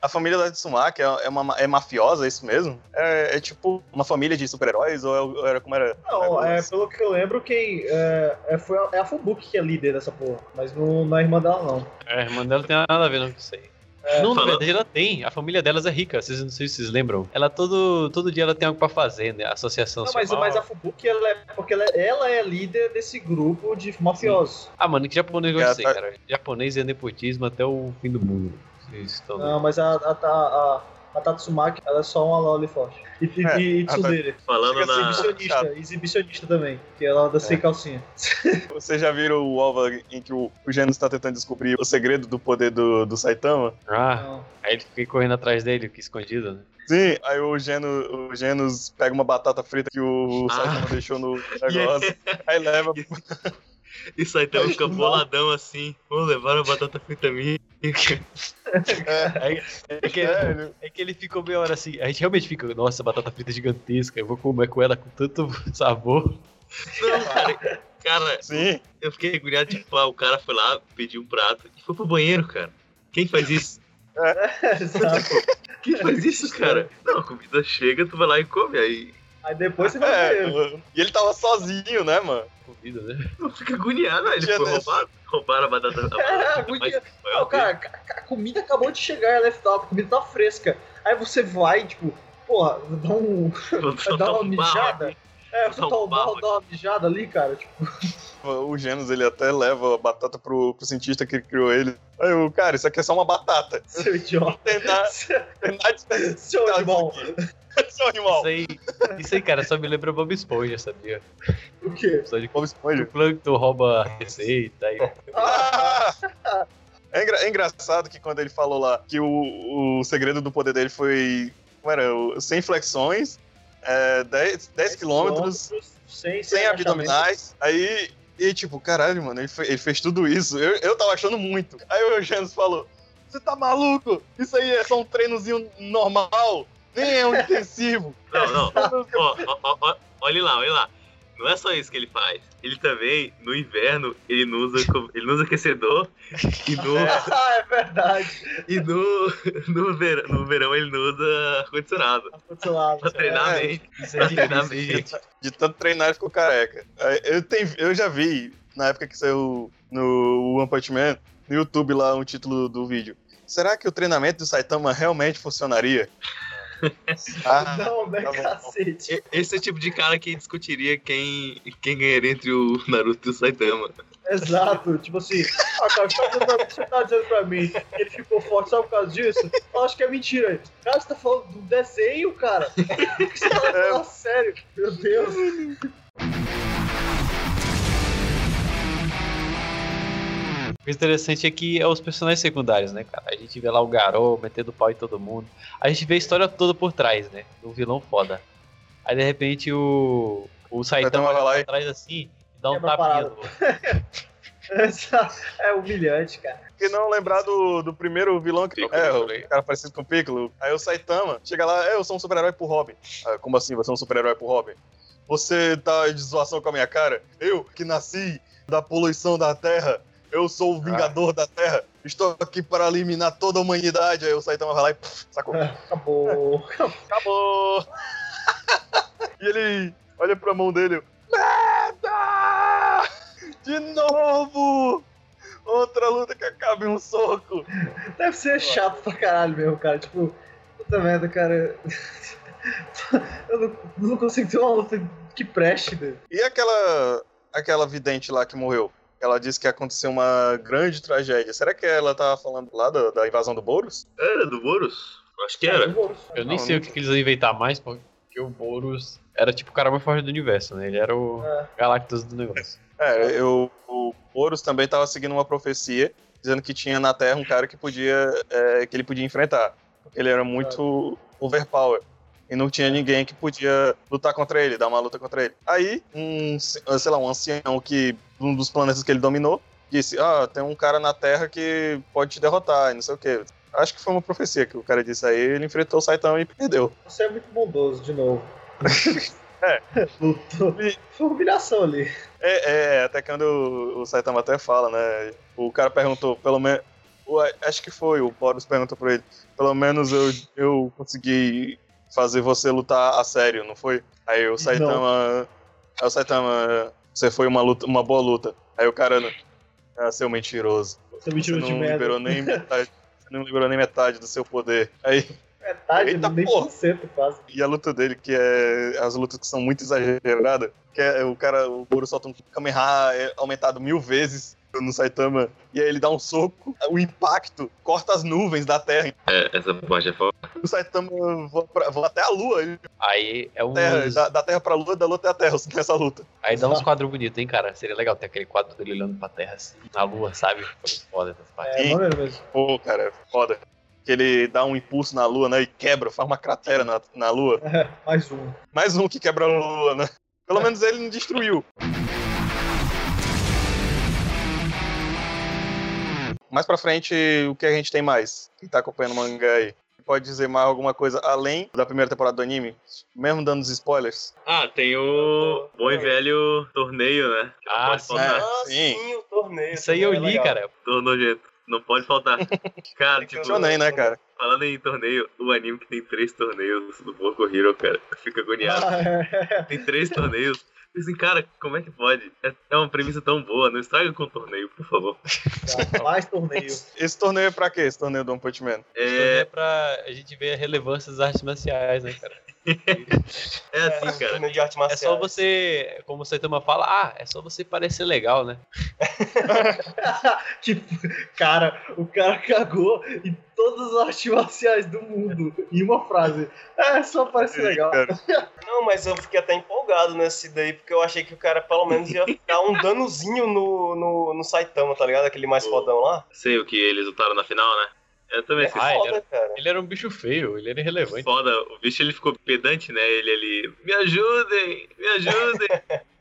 Speaker 1: A família da Tsumaki é, é, uma, é mafiosa, é isso mesmo? É, é tipo uma família de super-heróis? Ou é era como era?
Speaker 4: Não, é, pelo que eu lembro, quem. É, foi a, é a Fubuki que é líder dessa porra, mas não, não é a irmã dela, não.
Speaker 3: É, a irmã dela tem nada a ver não, com isso aí. É, não, na verdade ela tem. A família delas é rica. Vocês não sei se vocês lembram. Ela todo, todo dia ela tem algo pra fazer, né? A associação
Speaker 4: não, mas, mas, a Fubuki, ela é, porque ela, ela é líder desse grupo de mafiosos. Sim.
Speaker 3: Ah, mano, que japonês eu é, sei, tá... cara. Japonês é nepotismo até o fim do mundo.
Speaker 4: Estão... Não, mas a, a, a, a, Tatsumaki, ela é só uma loli forte. E, é, Ah, e, e Tsudere.
Speaker 6: Falando na...
Speaker 4: assim, Exibicionista, exibicionista também. Que ela anda sem calcinha.
Speaker 1: Vocês já viram o OVA em que o, o Gênesis está tentando descobrir o segredo do poder do, do Saitama?
Speaker 3: Ah, Não. aí ele fica correndo atrás dele, que escondido, né?
Speaker 1: Sim, aí o Genos, o Genos pega uma batata frita que o Saitama ah. deixou no negócio, yeah. aí leva...
Speaker 6: E Saitama fica boladão assim. Pô, levaram batata frita minha.
Speaker 3: É, é, que, é que ele ficou meia hora assim. A gente realmente fica, nossa, batata frita gigantesca. Eu vou comer com ela com tanto sabor.
Speaker 6: Não, cara. cara
Speaker 1: Sim.
Speaker 6: Eu fiquei agoniado. Tipo, ah, o cara foi lá, pediu um prato e foi pro banheiro, cara. Quem faz isso?
Speaker 4: É,
Speaker 6: Quem faz isso, cara? Não, a comida chega, tu vai lá e come. Aí
Speaker 4: Aí depois você vai é, ver.
Speaker 1: E ele tava sozinho, né, mano?
Speaker 3: Comida, né?
Speaker 6: Eu fico agoniado, ele foi desse. roubado. Roubaram a batata. A
Speaker 4: é, agonia. Não, cara, a comida acabou de chegar, ela tá, a comida tá fresca. Aí você vai, tipo, porra, dá um. dá uma mijada. É, você tá o barro, dá uma mijada ali, cara, tipo.
Speaker 1: O Genos, ele até leva a batata pro, pro cientista que criou ele. Aí eu, cara, isso aqui é só uma batata.
Speaker 4: Seu idiota.
Speaker 1: Tentar, tentar
Speaker 4: de... Seu animal.
Speaker 1: Seu um animal.
Speaker 3: Isso aí, isso aí, cara, só me lembra Bob Esponja, sabia?
Speaker 4: O quê?
Speaker 3: Só de
Speaker 1: Bob Esponja. O
Speaker 3: Plankton rouba a receita. Aí...
Speaker 1: Ah! É, engra- é engraçado que quando ele falou lá que o, o segredo do poder dele foi. Como era? O- 100 flexões, é, 10, 10 quilômetros,
Speaker 4: sem,
Speaker 1: 100 abdominais. Aí. E tipo, caralho, mano, ele, fe- ele fez tudo isso. Eu, eu tava achando muito. Aí o Eugênio falou: Você tá maluco? Isso aí é só um treinozinho normal. Nem é um intensivo.
Speaker 6: Não, não. Ó, ó, ó, ó, olha lá, olha lá. Não é só isso que ele faz. Ele também, no inverno, ele não usa, co- ele não usa aquecedor. E no,
Speaker 4: Ah, é verdade.
Speaker 6: e no, no, verão, no verão ele não usa ar-condicionado.
Speaker 4: Tá Outro lado.
Speaker 6: Pra treinar
Speaker 1: É.
Speaker 6: bem. Pra treinar bem.
Speaker 1: De tanto treinar, ele ficou careca. Aí, Eu, tenho- eu já vi, na época que saiu no One Punch Man, no YouTube lá, um título do vídeo. Será que o treinamento do Saitama realmente funcionaria? Ah,
Speaker 4: não, né,
Speaker 1: tá bom.
Speaker 4: cacete.
Speaker 6: E- Esse é o tipo de cara que discutiria quem, quem ganharia entre o Naruto e o Saitama.
Speaker 4: Exato, tipo assim, ah, cara, você tá dizendo- você tá dizendo pra mim que ele ficou forte só por causa disso? Eu acho que é mentira. Cara, você tá falando do desenho, cara. Você tá
Speaker 1: É.
Speaker 4: falando sério, meu Deus.
Speaker 3: O que é interessante é que é os personagens secundários, né, cara? A gente vê lá o Garou metendo pau em todo mundo. A gente vê a história toda por trás, né? Do vilão foda. Aí de repente o. O
Speaker 1: Saitama
Speaker 3: Saitama
Speaker 1: vai lá
Speaker 3: vai
Speaker 1: e-
Speaker 3: atrás assim e dá um
Speaker 4: Quebra a
Speaker 3: tapinha
Speaker 4: parada.
Speaker 3: no outro.
Speaker 4: Essa- É humilhante, cara.
Speaker 1: Por que não lembrar do, do primeiro vilão que
Speaker 5: Piccolo,
Speaker 1: é,
Speaker 5: né?
Speaker 1: o cara parecido com o Piccolo? Aí o Saitama chega lá, é, eu sou um super-herói pro Robin. Ah, como assim você é um super-herói pro Robin? Você tá de zoação com a minha cara? Eu, que nasci da poluição da Terra, eu sou o vingador da Terra, estou aqui para eliminar toda a humanidade. Aí o Saitama vai lá e puf, sacou.
Speaker 4: Acabou.
Speaker 1: Acabou! e ele olha pra mão dele. Merda! De novo! Outra luta que acaba em um soco.
Speaker 4: Deve ser chato pra caralho mesmo, cara. Tipo, puta merda, cara. Eu não, não consigo ter uma luta que preste, velho.
Speaker 1: E aquela aquela vidente lá que morreu? Ela disse que aconteceu uma grande tragédia. Será que ela tava falando lá da, da invasão do Boros?
Speaker 6: Era do Boros? Eu Acho que era.
Speaker 4: Tipo,
Speaker 3: Eu nem
Speaker 1: Não,
Speaker 3: sei
Speaker 1: não-
Speaker 3: o que, que eles iam inventar mais, porque o Boros era tipo o cara mais forte do universo, né? Ele era o
Speaker 4: É.
Speaker 3: Galactus do negócio.
Speaker 1: É, eu, o Boros também tava seguindo uma profecia, dizendo que tinha na Terra um cara que podia. é, que ele podia enfrentar. Porque ele era muito overpower. E não tinha ninguém que podia lutar contra ele, dar uma luta contra ele. Aí, um, sei lá, um ancião que. um dos planetas que ele dominou, disse: Ah, tem um cara na Terra que pode te derrotar, e não sei o quê. Acho que foi uma profecia que o cara disse aí, ele enfrentou o Saitama e perdeu.
Speaker 4: Você é muito bondoso, de novo.
Speaker 1: É.
Speaker 4: Lutou. Foi uma humilhação ali.
Speaker 1: É, é, até quando o, o Saitama até fala, né? O cara perguntou, pelo menos. Acho que foi, o Boros perguntou pra ele. Pelo menos eu, eu consegui fazer você lutar a sério, não foi? Aí o Saitama. Aí o Saitama. Você foi uma, luta, uma boa luta. Aí o cara. Ah, seu mentiroso.
Speaker 4: Seu mentiroso
Speaker 1: você
Speaker 4: de
Speaker 1: não
Speaker 4: merda."
Speaker 1: liberou nem metade. Você não liberou nem metade do seu poder. Aí,
Speaker 4: Metade,
Speaker 1: Eita
Speaker 4: É, nem
Speaker 1: porra.
Speaker 4: por cento quase.
Speaker 1: e a luta dele, que é. As lutas que são muito exageradas, que é o cara, o Goro solta um Kamehameha é aumentado mil vezes no Saitama, e aí ele dá um soco, o impacto corta as nuvens da terra.
Speaker 5: É, essa parte é foda.
Speaker 1: O Saitama voa, pra- voa até a lua, ele
Speaker 3: Aí é um.
Speaker 1: terra, da, da terra pra lua, da lua até a terra, nessa luta.
Speaker 3: Aí dá uns quadros bonitos, hein, cara? Seria legal ter aquele quadro dele olhando pra terra assim, na lua, sabe? Foi muito foda essas partes.
Speaker 4: É,
Speaker 1: Sim.
Speaker 4: maneiro mesmo.
Speaker 1: Pô, cara, é foda. Que ele dá um impulso na lua, né? E quebra, faz uma cratera na, na lua.
Speaker 4: Mais um.
Speaker 1: Mais um que quebra a lua, né?
Speaker 4: É.
Speaker 1: Pelo menos ele não destruiu. Mais pra frente, o que a gente tem mais? Quem tá acompanhando o mangá aí? Pode dizer mais alguma coisa além da primeira temporada do anime? Mesmo dando os spoilers?
Speaker 6: Ah, tem o bom e velho torneio, né? Que não
Speaker 3: Ah,
Speaker 6: pode
Speaker 3: sim.
Speaker 6: faltar.
Speaker 2: Ah,
Speaker 1: sim.
Speaker 2: sim, o torneio.
Speaker 3: Isso aí eu
Speaker 2: É
Speaker 3: li,
Speaker 2: legal.
Speaker 3: cara.
Speaker 6: Tô nojento. Não pode faltar. Cara, tipo,
Speaker 1: Shonen, né, cara?
Speaker 6: falando em torneio, o anime que tem três torneios do Boku Hero, cara, fica agoniado.
Speaker 4: Ah, é.
Speaker 6: Tem três torneios. Eu Assim, cara, como é que pode? É- É uma premissa tão boa, não estraga com o torneio, por favor.
Speaker 4: é, Mais torneio.
Speaker 1: Esse torneio é pra quê? Esse torneio do One Punch Man?
Speaker 3: É
Speaker 6: É,
Speaker 3: pra a gente ver a relevância das artes marciais, né, cara?
Speaker 6: é
Speaker 2: É,
Speaker 6: assim, cara.
Speaker 2: torneio de arte
Speaker 3: É
Speaker 2: marcial.
Speaker 3: só você, como o Saitama fala, ah, é só você parecer legal, né?
Speaker 4: tipo, cara, o cara cagou em todas as artes marciais do mundo em uma frase. É, só parece legal.
Speaker 2: Não, mas eu fiquei até empolgado nesse daí, porque eu achei que o cara pelo menos ia dar um danozinho no, no, no Saitama, tá ligado? Aquele mais fodão lá.
Speaker 6: Sei o que eles lutaram na final, né? Eu também
Speaker 2: É
Speaker 6: sei.
Speaker 3: Ah, ele
Speaker 2: foda,
Speaker 3: era-
Speaker 2: cara.
Speaker 3: Ele era um bicho feio, ele era irrelevante.
Speaker 6: Foda, o bicho ele ficou pedante, né? Ele ali, me ajudem, me ajudem.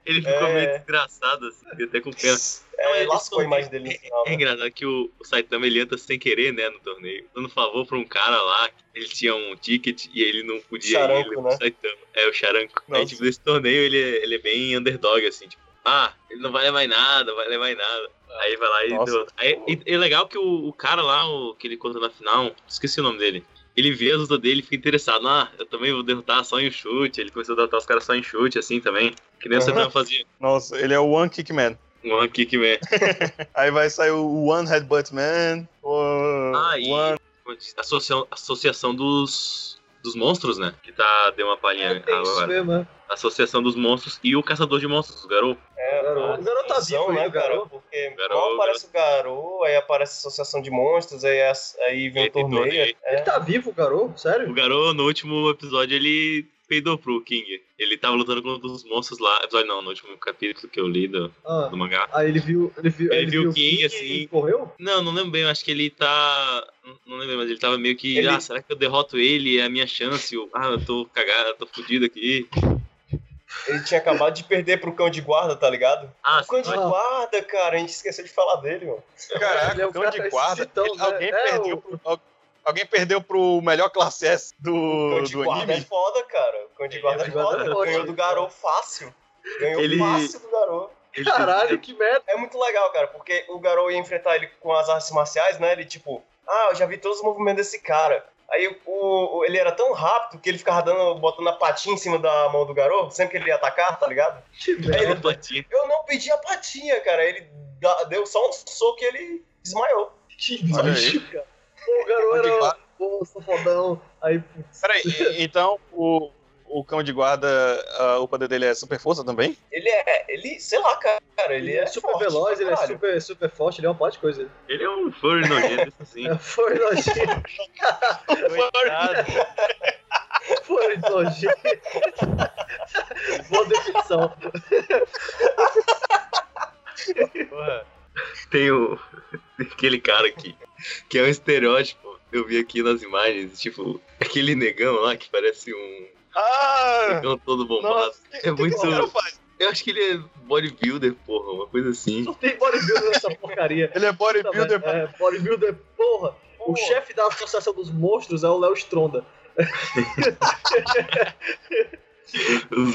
Speaker 6: Ele ficou
Speaker 2: É.
Speaker 6: meio desgraçado, assim, fiquei até com pena. Não,
Speaker 2: É,
Speaker 6: eles
Speaker 2: lascou a
Speaker 6: são-
Speaker 2: imagem dele no final.
Speaker 6: É
Speaker 2: né?
Speaker 6: engraçado que o o Saitama ele entra sem querer, né, no torneio. Dando favor pra um cara lá, ele tinha um ticket e ele não podia ir,
Speaker 2: Charanco,
Speaker 6: ele levou
Speaker 2: né?
Speaker 6: o Saitama. É, o Charanco. Aí,
Speaker 2: Nossa.
Speaker 6: tipo, nesse torneio ele, é- ele é bem underdog, assim, tipo, ah, ele não vai levar em nada, vai levar em nada. Aí vai lá e...
Speaker 1: Nossa.
Speaker 6: deu- Aí, e, e é legal que o, o cara lá, o, que ele conta na final, esqueci o nome dele, ele vê a luta dele e fica interessado. Ah, eu também vou derrotar só em chute. Ele começou a derrotar os caras só em chute, assim, também. Que nem o
Speaker 2: Aham.
Speaker 6: Saitama fazia.
Speaker 1: Nossa, ele é o One Kick Man.
Speaker 6: Um One Kick Man.
Speaker 1: Aí vai sair o One Headbutt Man, o
Speaker 6: Ah, e
Speaker 1: One...
Speaker 6: associa- associação dos, dos monstros, né? Que tá, deu uma palhinha
Speaker 4: É, tem isso
Speaker 6: agora.
Speaker 4: mesmo, né?
Speaker 6: Associação dos monstros e o caçador de monstros, o Garou.
Speaker 2: É,
Speaker 4: Garou.
Speaker 2: a
Speaker 4: O Garou tá
Speaker 2: confusão,
Speaker 4: vivo
Speaker 2: né,
Speaker 4: ainda,
Speaker 2: cara?
Speaker 4: Garou?
Speaker 2: Porque
Speaker 6: Garou,
Speaker 2: mal aparece o Garou, aí aparece a Associação de Monstros, aí, as- aí vem
Speaker 6: Aí
Speaker 2: o
Speaker 6: tem
Speaker 2: torneio.
Speaker 6: torneio.
Speaker 2: É.
Speaker 4: Ele tá vivo, garoto?
Speaker 6: né? O
Speaker 4: Sério?
Speaker 6: Garou, no último episódio, ele peidou pro King. Ele tava lutando contra os monstros lá. Episódio não, no último capítulo que eu li do,
Speaker 4: Ah,
Speaker 6: do mangá.
Speaker 4: aí ele viu. Ele viu,
Speaker 6: Ele
Speaker 4: ele
Speaker 6: viu
Speaker 4: viu
Speaker 6: o King,
Speaker 4: e
Speaker 6: assim.
Speaker 4: correu?
Speaker 6: Não, não lembro bem, eu acho que ele tá. não- Não lembro, mas ele tava meio que.
Speaker 2: Ele-
Speaker 6: Ah, será que eu derroto ele? É a minha chance? Eu- Ah, eu tô cagado, eu tô fudido aqui.
Speaker 2: Ele tinha acabado de perder pro cão de guarda, tá ligado?
Speaker 6: Ah,
Speaker 2: O cão de
Speaker 4: Ah.
Speaker 2: guarda, cara, a gente esqueceu de falar dele, mano.
Speaker 4: Ele é
Speaker 1: Caraca,
Speaker 4: o
Speaker 1: o cão
Speaker 4: cara
Speaker 1: de guarda.
Speaker 4: esquisitão,
Speaker 1: Ele-
Speaker 4: né?
Speaker 1: alguém,
Speaker 4: É,
Speaker 1: perdeu
Speaker 4: o-
Speaker 1: pro, al- alguém perdeu pro melhor classe S
Speaker 2: O
Speaker 1: do,
Speaker 2: cão de
Speaker 1: do
Speaker 2: guarda é
Speaker 1: anime.
Speaker 2: foda, cara. O cão de guarda é
Speaker 4: de guarda
Speaker 2: foda.
Speaker 4: é ótimo.
Speaker 2: Ganhou do Garou fácil. Ganhou
Speaker 6: Ele-
Speaker 2: fácil do Garou.
Speaker 6: ele fez-
Speaker 4: Caralho, que merda.
Speaker 2: É muito legal, cara, porque o Garou ia enfrentar ele com as artes marciais, né? Ele, tipo, ah, eu já vi todos os movimentos desse cara. Aí o, o- ele era tão rápido que ele ficava dando, botando a patinha em cima da mão do Garou, sempre que ele ia atacar, tá ligado?
Speaker 4: Que
Speaker 6: Ele
Speaker 4: merda.
Speaker 6: deu platinha.
Speaker 2: Eu não pedi a patinha, cara. Ele da- deu só um soco e ele desmaiou.
Speaker 4: Que
Speaker 1: Olha
Speaker 4: bicho, cara. Pô, o Garou
Speaker 1: Onde
Speaker 4: era.
Speaker 1: guarda-
Speaker 4: Pô, safadão. Aí, putz.
Speaker 1: Peraí, e- então o, o cão de guarda, ah, o poder dele é super força também?
Speaker 2: Ele é, ele, sei lá, cara, ele é
Speaker 4: super
Speaker 2: forte,
Speaker 4: veloz,
Speaker 2: pra
Speaker 4: ele é
Speaker 2: caralho.
Speaker 4: super, super forte, ele é uma parte de coisa.
Speaker 6: Ele é um furry nojento, assim.
Speaker 4: É, Foi nojento,
Speaker 3: Coitado.
Speaker 4: foi nojento. Boa definição.
Speaker 3: Porra.
Speaker 6: tem o, aquele cara aqui, que é um estereótipo, eu vi aqui nas imagens, tipo, aquele negão lá que parece um
Speaker 1: Ah!
Speaker 6: negão todo bombado.
Speaker 1: Nossa,
Speaker 6: É
Speaker 1: o que
Speaker 6: muito.
Speaker 1: esse cara faz?
Speaker 6: Eu acho que ele é bodybuilder, porra, uma coisa assim.
Speaker 4: Não tem bodybuilder nessa porcaria.
Speaker 1: Ele é bodybuilder.
Speaker 4: É, bodybuilder, porra. O chefe da Associação dos Monstros é o Léo Stronda.
Speaker 6: Os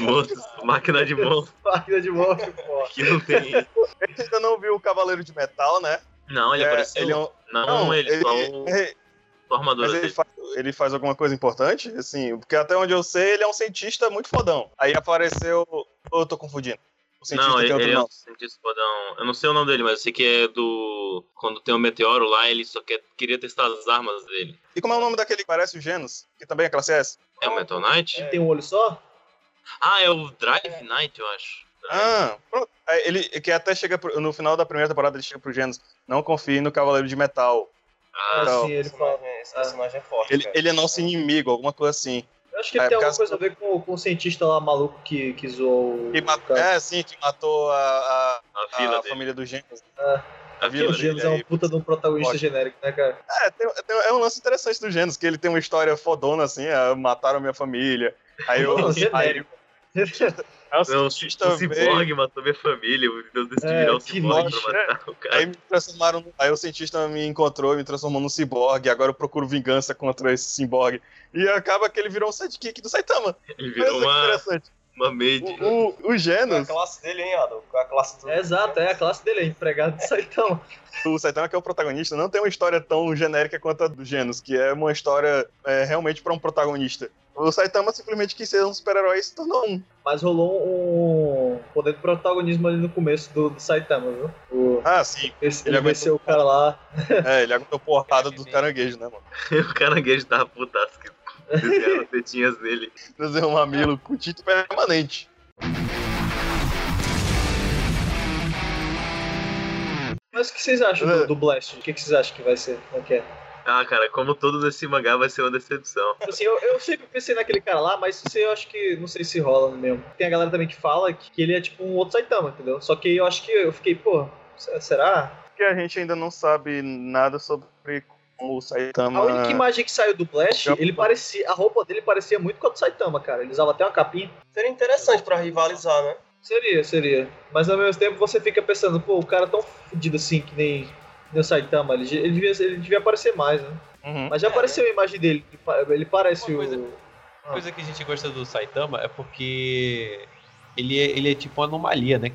Speaker 6: monstros, máquina de mão,
Speaker 4: Máquina de monstro, porra.
Speaker 6: que não tem.
Speaker 1: Ele ainda não viu o Cavaleiro de Metal, né?
Speaker 6: Não, ele
Speaker 1: É,
Speaker 6: apareceu.
Speaker 1: Ele é um...
Speaker 6: Não, ele, só um o,
Speaker 1: ele- é-
Speaker 6: a armadura
Speaker 1: Mas ele é
Speaker 6: dele.
Speaker 1: faz, ele faz alguma coisa importante? Assim, porque até onde eu sei, ele é um cientista muito fodão. Aí apareceu. Ou eu tô confundindo. O cientista
Speaker 6: Não,
Speaker 1: tem
Speaker 6: ele,
Speaker 1: outro
Speaker 6: ele é um
Speaker 1: nome.
Speaker 6: cientista fodão. Eu não sei o nome dele, mas eu sei que é do. Quando tem um meteoro lá, ele só quer, queria testar as armas dele.
Speaker 1: E como é o nome daquele que parece o Genos? Que também é classe S?
Speaker 6: É o Metal Knight?
Speaker 4: Tem um olho só?
Speaker 6: Ah, é o Drive Knight, eu acho.
Speaker 1: Ah, pronto. Aí Ele que até chega pro- no final da primeira temporada, ele chega pro Genos. Não confie no Cavaleiro de Metal.
Speaker 6: Ah,
Speaker 1: Não.
Speaker 4: Assim, ele
Speaker 2: Esse
Speaker 4: fala.
Speaker 2: personagem, esse personagem é forte,
Speaker 1: Ele,
Speaker 2: cara.
Speaker 1: ele é nosso inimigo, alguma coisa assim.
Speaker 4: Eu acho que ele
Speaker 1: É,
Speaker 4: tem
Speaker 1: porque
Speaker 4: alguma
Speaker 1: as-
Speaker 4: coisa a ver com, com o cientista lá maluco que, que zoou. o
Speaker 1: Que matou-
Speaker 4: cara.
Speaker 1: é, sim, que matou a, a-
Speaker 6: a
Speaker 1: a
Speaker 6: vila dele.
Speaker 1: família do Genos.
Speaker 6: A
Speaker 1: vila
Speaker 4: O
Speaker 6: vila dele.
Speaker 4: James é
Speaker 1: aí,
Speaker 4: um puta de um protagonista
Speaker 1: Ótimo.
Speaker 4: genérico, né, cara?
Speaker 1: É, tem- tem- é um lance interessante do Genos, que ele tem uma história fodona assim, ah, mataram minha família. Aí eu.
Speaker 4: Não,
Speaker 1: aí,
Speaker 4: genérico.
Speaker 1: é um
Speaker 6: Não, o
Speaker 1: cientista veio-
Speaker 6: Cyborg matou minha família. O Deus decidi
Speaker 4: É,
Speaker 6: virar o
Speaker 4: que
Speaker 6: Cyborg
Speaker 1: nojo,
Speaker 6: um pra matar o cara.
Speaker 1: Aí me transformaram. no- Aí o cientista me encontrou, me transformou num ciborgue. Agora eu procuro vingança contra esse ciborgue. E acaba que ele virou um sidekick do Saitama.
Speaker 6: Ele
Speaker 1: Olha
Speaker 6: virou
Speaker 1: só que
Speaker 6: uma,
Speaker 1: é interessante.
Speaker 6: uma maid.
Speaker 1: O, o, o
Speaker 2: A
Speaker 1: Genos,
Speaker 2: classe dele, hein, Adam? A classe do...
Speaker 4: É, exato, é a classe dele, é empregado de Saitama.
Speaker 1: o Saitama, que é o protagonista, não tem uma história tão genérica quanto a do Genos, que é uma história é, realmente pra um protagonista. O Saitama simplesmente quis ser um super-herói e se tornou um.
Speaker 4: Mas rolou um poder de protagonismo ali no começo do, do Saitama, viu? O-
Speaker 1: Ah, sim.
Speaker 4: esse-
Speaker 1: ele
Speaker 4: ele venceu o cara lá.
Speaker 1: É, ele aguentou porrada do caranguejo, né, mano?
Speaker 6: o caranguejo tava putaço que desenharam tetinhas nele.
Speaker 1: Desenhou um mamilo com título permanente.
Speaker 4: Mas o que vocês acham do, do Blast? O que que vocês acham que vai ser? Como é que é?
Speaker 6: Ah, cara, como todo esse mangá vai ser uma decepção.
Speaker 4: Assim, eu, eu sempre pensei naquele cara lá, mas isso eu acho que não sei se rola mesmo. Tem a galera também que fala que, que ele é tipo um outro Saitama, entendeu? Só que eu acho que eu fiquei, pô, será?
Speaker 1: Porque a gente ainda não sabe nada sobre o Saitama.
Speaker 4: A única imagem que saiu do Blast, ele parecia. A roupa dele parecia muito com a do Saitama, cara. Ele usava até uma capinha.
Speaker 2: Seria interessante pra rivalizar, né?
Speaker 4: Seria, seria. Mas ao mesmo tempo você fica pensando, pô, o cara tão fodido assim que nem, nem o Saitama, ele, ele, devia, ele devia aparecer mais, né? Uhum. Mas já apareceu a imagem dele, ele parece
Speaker 3: Uma coisa-
Speaker 4: o.
Speaker 3: A coisa que a gente gosta do Saitama é porque ele é, ele é tipo uma anomalia, né?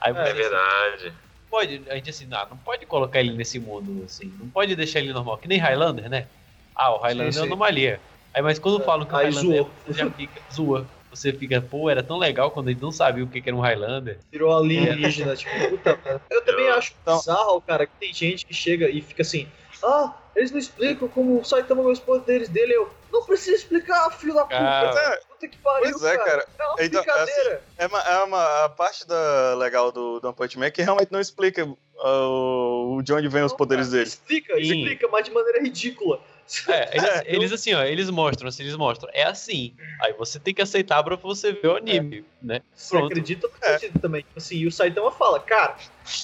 Speaker 3: Aí
Speaker 4: É,
Speaker 6: É verdade.
Speaker 3: pode, a gente assim, não, não pode colocar ele nesse mundo assim, não pode deixar ele normal, que nem Highlander, né? Ah, o Highlander
Speaker 4: Sim,
Speaker 3: é
Speaker 4: sim.
Speaker 3: anomalia. Aí, mas quando falam que o
Speaker 4: Aí
Speaker 3: Highlander
Speaker 4: zoou.
Speaker 3: é, você já fica, zoa. Você fica, pô, era tão legal quando ele não sabia o que que era um Highlander.
Speaker 4: é Virou alienígena, tipo, puta merda. Eu também acho
Speaker 1: É. Então-
Speaker 4: bizarro, cara, que tem gente que chega e fica assim, ah, eles não explicam como o Saitama ganhou os poderes dele, eu. Não precisa explicar, filho da puta.
Speaker 3: Ah.
Speaker 1: Pois é,
Speaker 4: Puta que pariu,
Speaker 1: Pois é, cara.
Speaker 4: É uma
Speaker 1: Então,
Speaker 4: brincadeira.
Speaker 1: É uma, é uma- a parte da, legal do, do One Punch Man é que realmente não explica ah, o de onde vem os
Speaker 4: Não,
Speaker 1: poderes
Speaker 4: cara,
Speaker 1: dele.
Speaker 4: Explica,
Speaker 3: Sim.
Speaker 4: explica, mas de maneira ridícula.
Speaker 3: É, eles, eles assim, ó, eles mostram, assim, eles mostram. É assim. Aí você tem que aceitar pra você ver o
Speaker 4: É.
Speaker 3: anime, né?
Speaker 4: Você
Speaker 3: Pronto.
Speaker 4: acredita ou não
Speaker 1: É.
Speaker 4: acredita também? Tipo Assim, e o Saitama fala, cara,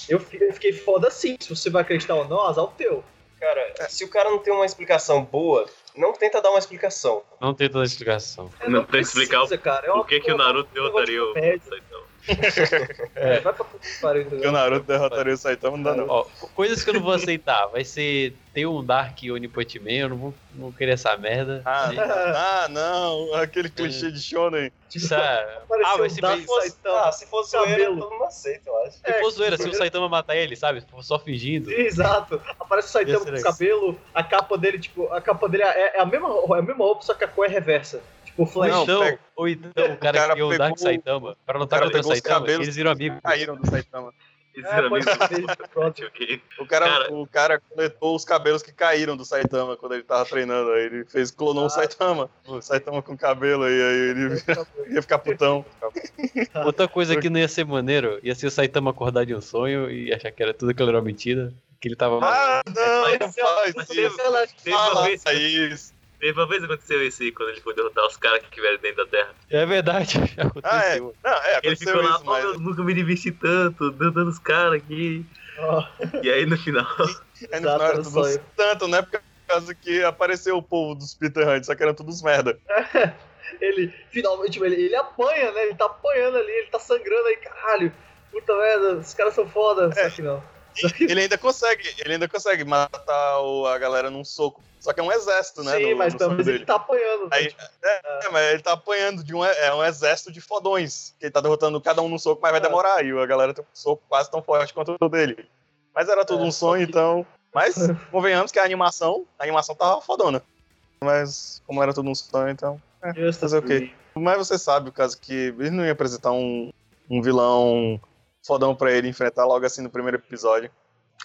Speaker 4: eu fi- eu fiquei foda assim, se você vai acreditar ou não, azar é o teu.
Speaker 2: Cara, se o cara não tem uma explicação boa, não tenta dar uma explicação.
Speaker 3: Não tem toda a explicação.
Speaker 4: É,
Speaker 6: Não, pra explicar
Speaker 4: precisa, cara, é uma
Speaker 6: Por que, que o
Speaker 4: porra,
Speaker 6: Naruto
Speaker 4: um negócio de
Speaker 6: derrotaria o
Speaker 4: comédia.
Speaker 6: Saitama?
Speaker 4: É, vai pra puta que pariu, entendeu?
Speaker 1: Porque o Naruto derrotaria o Saitama, não dá não.
Speaker 3: Ó, co- coisas que eu não vou aceitar. Vai ser ter um Dark Onipot Man, eu não vou, não vou querer essa merda.
Speaker 1: Ah, ah, não, aquele clichê de Shonen.
Speaker 3: Isso é-
Speaker 4: Apareceu
Speaker 3: Ah, vai
Speaker 4: um
Speaker 3: ser
Speaker 4: Dark
Speaker 3: bem-
Speaker 4: Saitama.
Speaker 2: ah, se fosse
Speaker 4: cabelo.
Speaker 2: zoeira, todo mundo aceita, eu acho.
Speaker 3: Se
Speaker 4: É,
Speaker 3: for zoeira, se o
Speaker 4: zoeira.
Speaker 3: Saitama matar ele, sabe? Se for Só fingindo.
Speaker 4: Exato. Aparece o Saitama
Speaker 3: Ia ser
Speaker 4: com o
Speaker 3: legal.
Speaker 4: cabelo, a capa dele, tipo, a capa dele é, é a, mesma, é a mesma roupa, só que a cor é reversa. Tipo, o
Speaker 3: Ou
Speaker 4: Flash.
Speaker 1: Não,
Speaker 3: então,
Speaker 1: pega-
Speaker 3: ou então o cara,
Speaker 1: cara
Speaker 3: criou o Dark
Speaker 1: pegou-
Speaker 3: Saitama pra
Speaker 1: o
Speaker 3: lutar
Speaker 1: cara
Speaker 3: contra o
Speaker 1: pegou os
Speaker 3: Saitama,
Speaker 1: cabelos-
Speaker 3: eles viram amigos.
Speaker 1: Caíram do Saitama.
Speaker 6: Isso
Speaker 4: É,
Speaker 6: era
Speaker 4: pode
Speaker 6: mesmo.
Speaker 4: ser, pronto.
Speaker 6: Ok.
Speaker 1: O cara,
Speaker 6: Cara.
Speaker 1: o cara coletou os cabelos que caíram do Saitama quando ele tava treinando. Aí ele fez, clonou o Saitama. O Saitama com cabelo, e aí ele ia ficar putão.
Speaker 3: Outra coisa que não ia ser maneiro, ia ser o Saitama acordar de um sonho e achar que era tudo aquilo era uma mentira. Que ele tava.
Speaker 1: Ah, não, não faz
Speaker 6: Teve,
Speaker 1: isso.
Speaker 6: teve uma vez,
Speaker 1: Fala isso.
Speaker 6: teve uma vez que aconteceu isso aí, quando ele foi derrotar os caras que tiveram dentro da Terra.
Speaker 3: É verdade, já
Speaker 1: Ah, é.
Speaker 3: aconteceu.
Speaker 1: Não, é,
Speaker 6: Ele
Speaker 1: aconteceu
Speaker 6: ficou lá,
Speaker 1: isso,
Speaker 6: oh,
Speaker 1: mas...
Speaker 6: eu nunca me diverti tanto, dando os caras aqui.
Speaker 4: Ó,
Speaker 6: E aí no final,
Speaker 1: Aí no final era
Speaker 4: Exato,
Speaker 1: tudo
Speaker 4: sonho.
Speaker 1: tanto, né? Por causa que apareceu o povo dos Peter Hunt, só que eram todos merda.
Speaker 4: ele, finalmente, tipo, ele, ele apanha, né? Ele tá apanhando ali, ele tá sangrando aí, caralho. Puta merda, os caras são foda. Só que não. Só que-
Speaker 1: Ele ainda consegue, ele ainda consegue matar o- a galera num soco. Só que é um exército, né?
Speaker 4: Sim,
Speaker 1: no-
Speaker 4: mas
Speaker 1: no
Speaker 4: talvez
Speaker 1: soco
Speaker 4: ele tá apanhando. né?
Speaker 1: Aí-
Speaker 4: Tipo,
Speaker 1: É, mas ele tá apanhando de um, é um exército de fodões. Que ele tá derrotando cada um num soco, mas vai
Speaker 4: É.
Speaker 1: demorar. E a galera tem um soco quase tão forte quanto o dele. Mas era tudo
Speaker 4: É,
Speaker 1: um sonho,
Speaker 4: só que-
Speaker 1: então. Mas convenhamos que a animação, a animação tava fodona. Mas como era tudo um sonho, então.
Speaker 4: Justo,
Speaker 1: fazer o quê?
Speaker 4: sim.
Speaker 1: Mas você sabe, o caso que ele não ia apresentar um, um vilão fodão pra ele enfrentar logo assim no primeiro episódio.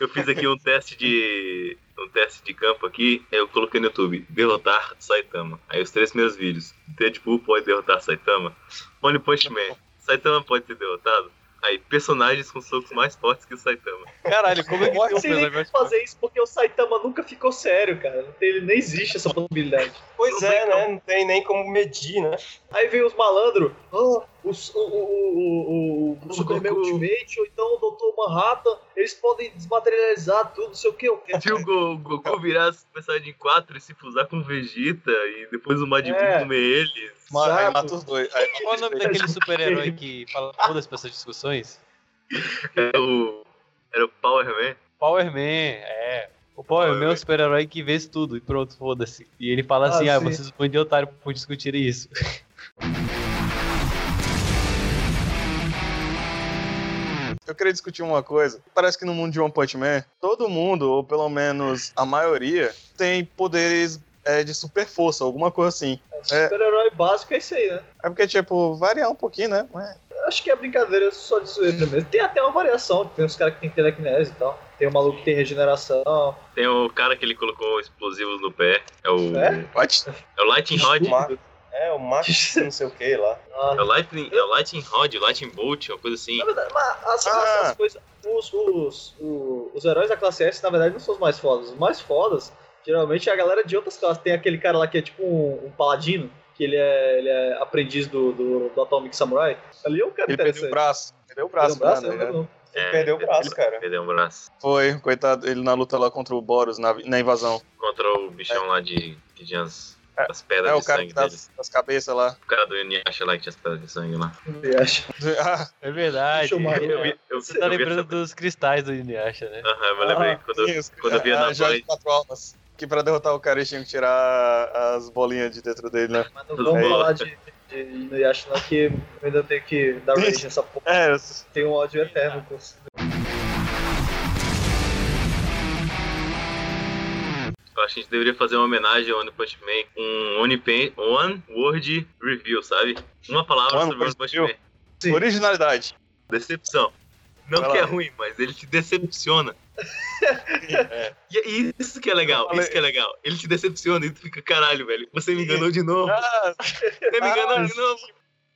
Speaker 6: eu fiz aqui um teste de. um teste de campo aqui, eu coloquei no YouTube, derrotar Saitama. Aí os três primeiros vídeos. Deadpool pode derrotar Saitama. One Punch Man. Saitama pode ser derrotado. Aí, personagens com socos mais fortes que o Saitama.
Speaker 3: Caralho, como é que tem um
Speaker 4: Sem nem
Speaker 3: personagem-
Speaker 4: fazer isso porque o Saitama nunca ficou sério, cara. Não tem- Ele nem existe essa possibilidade.
Speaker 2: Pois
Speaker 6: Não
Speaker 2: é,
Speaker 6: tem
Speaker 2: né? Não tem nem como medir, né?
Speaker 4: Aí vem os malandros, oh, os, o, o, o, o, o Superman
Speaker 6: Goku.
Speaker 4: Ultimate, ou então o Dr. Manhattan, eles podem desmaterializar tudo, não sei o que.
Speaker 6: Se o Go- Goku virar Super Saiyajin 4 e se fusar com o Vegeta e depois o Majin Buu
Speaker 4: É.
Speaker 6: comer eles.
Speaker 1: Mas aí
Speaker 4: Exato.
Speaker 1: mata os dois. Aí,
Speaker 3: Qual é o nome daquele super-herói que fala todas essas discussões?
Speaker 6: É o. Era o Power Man.
Speaker 3: Power Man, é. O Power Man é um super-herói que vence tudo e pronto, foda-se. E ele fala
Speaker 4: Ah,
Speaker 3: assim: ah,
Speaker 4: sim.
Speaker 3: vocês vão de otário por discutirem isso.
Speaker 1: Eu queria discutir uma coisa. Parece que no mundo de One Punch Man, todo mundo, ou pelo menos a maioria, tem poderes é, de super força, alguma coisa assim. É.
Speaker 4: Super-herói básico é isso aí, né?
Speaker 1: É porque, tipo, variar um pouquinho, né? Mas-
Speaker 4: Eu Acho que é brincadeira só de zoeira mesmo. Tem até uma variação, tem uns caras que tem telecinese e tal. Tem um maluco que tem regeneração.
Speaker 6: Tem o cara que ele colocou explosivos no pé. É o.
Speaker 4: É?
Speaker 6: É, o Lightning Rod.
Speaker 2: Ma- É, o Max não sei o que lá.
Speaker 4: Ah,
Speaker 6: É o Lightning, é o Lightning Rod, o Lightning Bolt, uma coisa assim.
Speaker 4: na verdade, mas as,
Speaker 1: Ah.
Speaker 4: as- as coisas. Os, os, o- os heróis da classe S, na verdade, não são os mais fodas. Os mais fodas Geralmente é a galera de outras classes. Tem aquele cara lá que é tipo um, um paladino, que ele é, ele é aprendiz do, do, do Atomic Samurai. Ali é um cara
Speaker 1: Ele perdeu o braço. Perdeu o braço,
Speaker 4: Perdeu o braço,
Speaker 1: né,
Speaker 4: é,
Speaker 1: né?
Speaker 4: não.
Speaker 9: Ele perdeu o braço, cara.
Speaker 6: Perdeu um braço
Speaker 1: Foi, coitado, ele na luta lá contra o Boros, na, na invasão.
Speaker 6: contra o bichão lá de. que tinha as,
Speaker 1: É,
Speaker 6: as pedras
Speaker 1: É o
Speaker 6: de
Speaker 1: cara
Speaker 6: sangue
Speaker 1: que dá
Speaker 6: dele.
Speaker 1: as, as cabeças lá.
Speaker 6: O cara do Inuyasha lá que tinha as pedras de sangue lá.
Speaker 4: Ele acha.
Speaker 1: Ah,
Speaker 3: É verdade.
Speaker 4: Deixa eu marcar.
Speaker 6: Eu vi, eu,
Speaker 3: Você tá
Speaker 6: eu vi
Speaker 3: lembrando
Speaker 6: essa...
Speaker 3: dos cristais do Inuyasha, né?
Speaker 6: Aham, eu
Speaker 1: Ah,
Speaker 6: lembrei quando, eu-
Speaker 1: isso,
Speaker 6: quando eu vi a
Speaker 1: a,
Speaker 6: Ana
Speaker 1: a joia de
Speaker 6: Paula
Speaker 1: quatro almas. Que pra derrotar o cara eles tinham que tirar as bolinhas de dentro dele, né?
Speaker 4: Mas não
Speaker 6: Tudo
Speaker 4: vamos
Speaker 6: bem.
Speaker 4: falar de, de Inuyasha não, que eu ainda tenho que dar rage nessa porra.
Speaker 1: É,
Speaker 4: Tem um ódio eterno. com isso.
Speaker 6: Eu acho que a gente deveria fazer uma homenagem ao One Punch Man com um One, Pen- One Word Review, sabe? Uma palavra
Speaker 1: One
Speaker 6: sobre o One
Speaker 1: Word
Speaker 6: Punch
Speaker 1: Review.
Speaker 6: Man.
Speaker 4: Sim.
Speaker 1: originalidade.
Speaker 6: Decepção. Não
Speaker 1: Vai
Speaker 6: que é
Speaker 1: lá.
Speaker 6: ruim, mas ele te decepciona. E é isso que é legal, isso que é legal. Ele te decepciona e tu fica, caralho, velho, você me enganou de novo.
Speaker 1: Ah,
Speaker 6: Você me enganou de novo.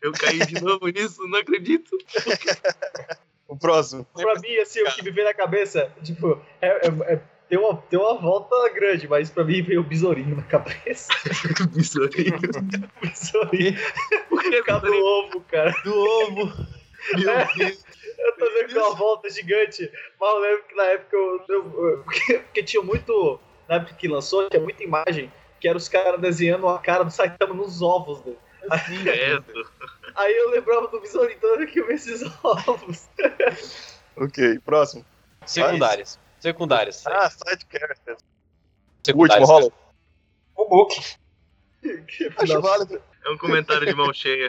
Speaker 6: Eu caí de novo nisso, não acredito.
Speaker 1: o próximo.
Speaker 4: Pra mim, assim, o que me veio na cabeça, tipo, é, é- é- tem, uma, tem uma volta grande, mas pra mim veio o besourinho na cabeça.
Speaker 6: Besourinho.
Speaker 4: O besourinho
Speaker 6: Por que,
Speaker 4: por causa do tá ovo, cara.
Speaker 3: Do ovo.
Speaker 6: Meu Deus.
Speaker 4: Eu também vi uma volta gigante, mas eu lembro que na época eu. eu- eu- porque, porque tinha muito. Na época que lançou, tinha muita imagem, que era os caras desenhando a cara do Saitama nos ovos dele.
Speaker 3: É,
Speaker 6: Credo.
Speaker 4: Aí eu lembrava do besourinho toda vez que eu vi esses ovos.
Speaker 1: Ok, próximo.
Speaker 3: Secundárias. Secundárias.
Speaker 1: Ah, side character. O último,
Speaker 3: Secundárias.
Speaker 1: rola.
Speaker 9: O Book.
Speaker 4: Que
Speaker 1: Acho
Speaker 4: final-
Speaker 1: válido.
Speaker 6: É um comentário de mão cheia.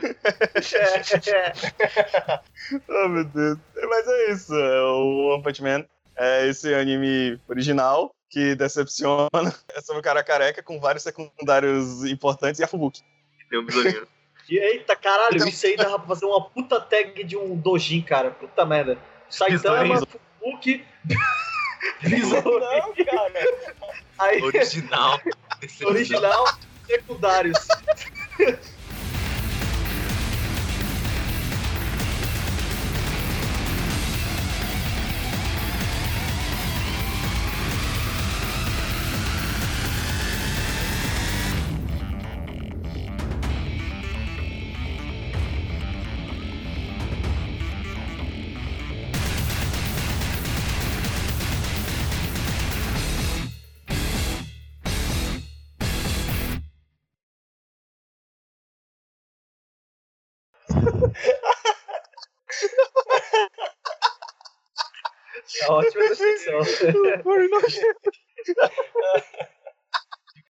Speaker 1: Ah, meu Deus. Mas é isso. é O One Punch Man é esse anime original que decepciona. É sobre o cara careca com vários secundários importantes e a Fubuki.
Speaker 6: Tem um besourinho.
Speaker 4: E, Eita, caralho, isso aí dava pra fazer uma puta tag de um dojin, cara. Puta merda. Saitama,
Speaker 6: Besourinho.
Speaker 4: Fubuki, besourinho.
Speaker 9: Não, cara.
Speaker 4: Aí,
Speaker 6: Original.
Speaker 4: original, secundários. Oh, Ótima descrição.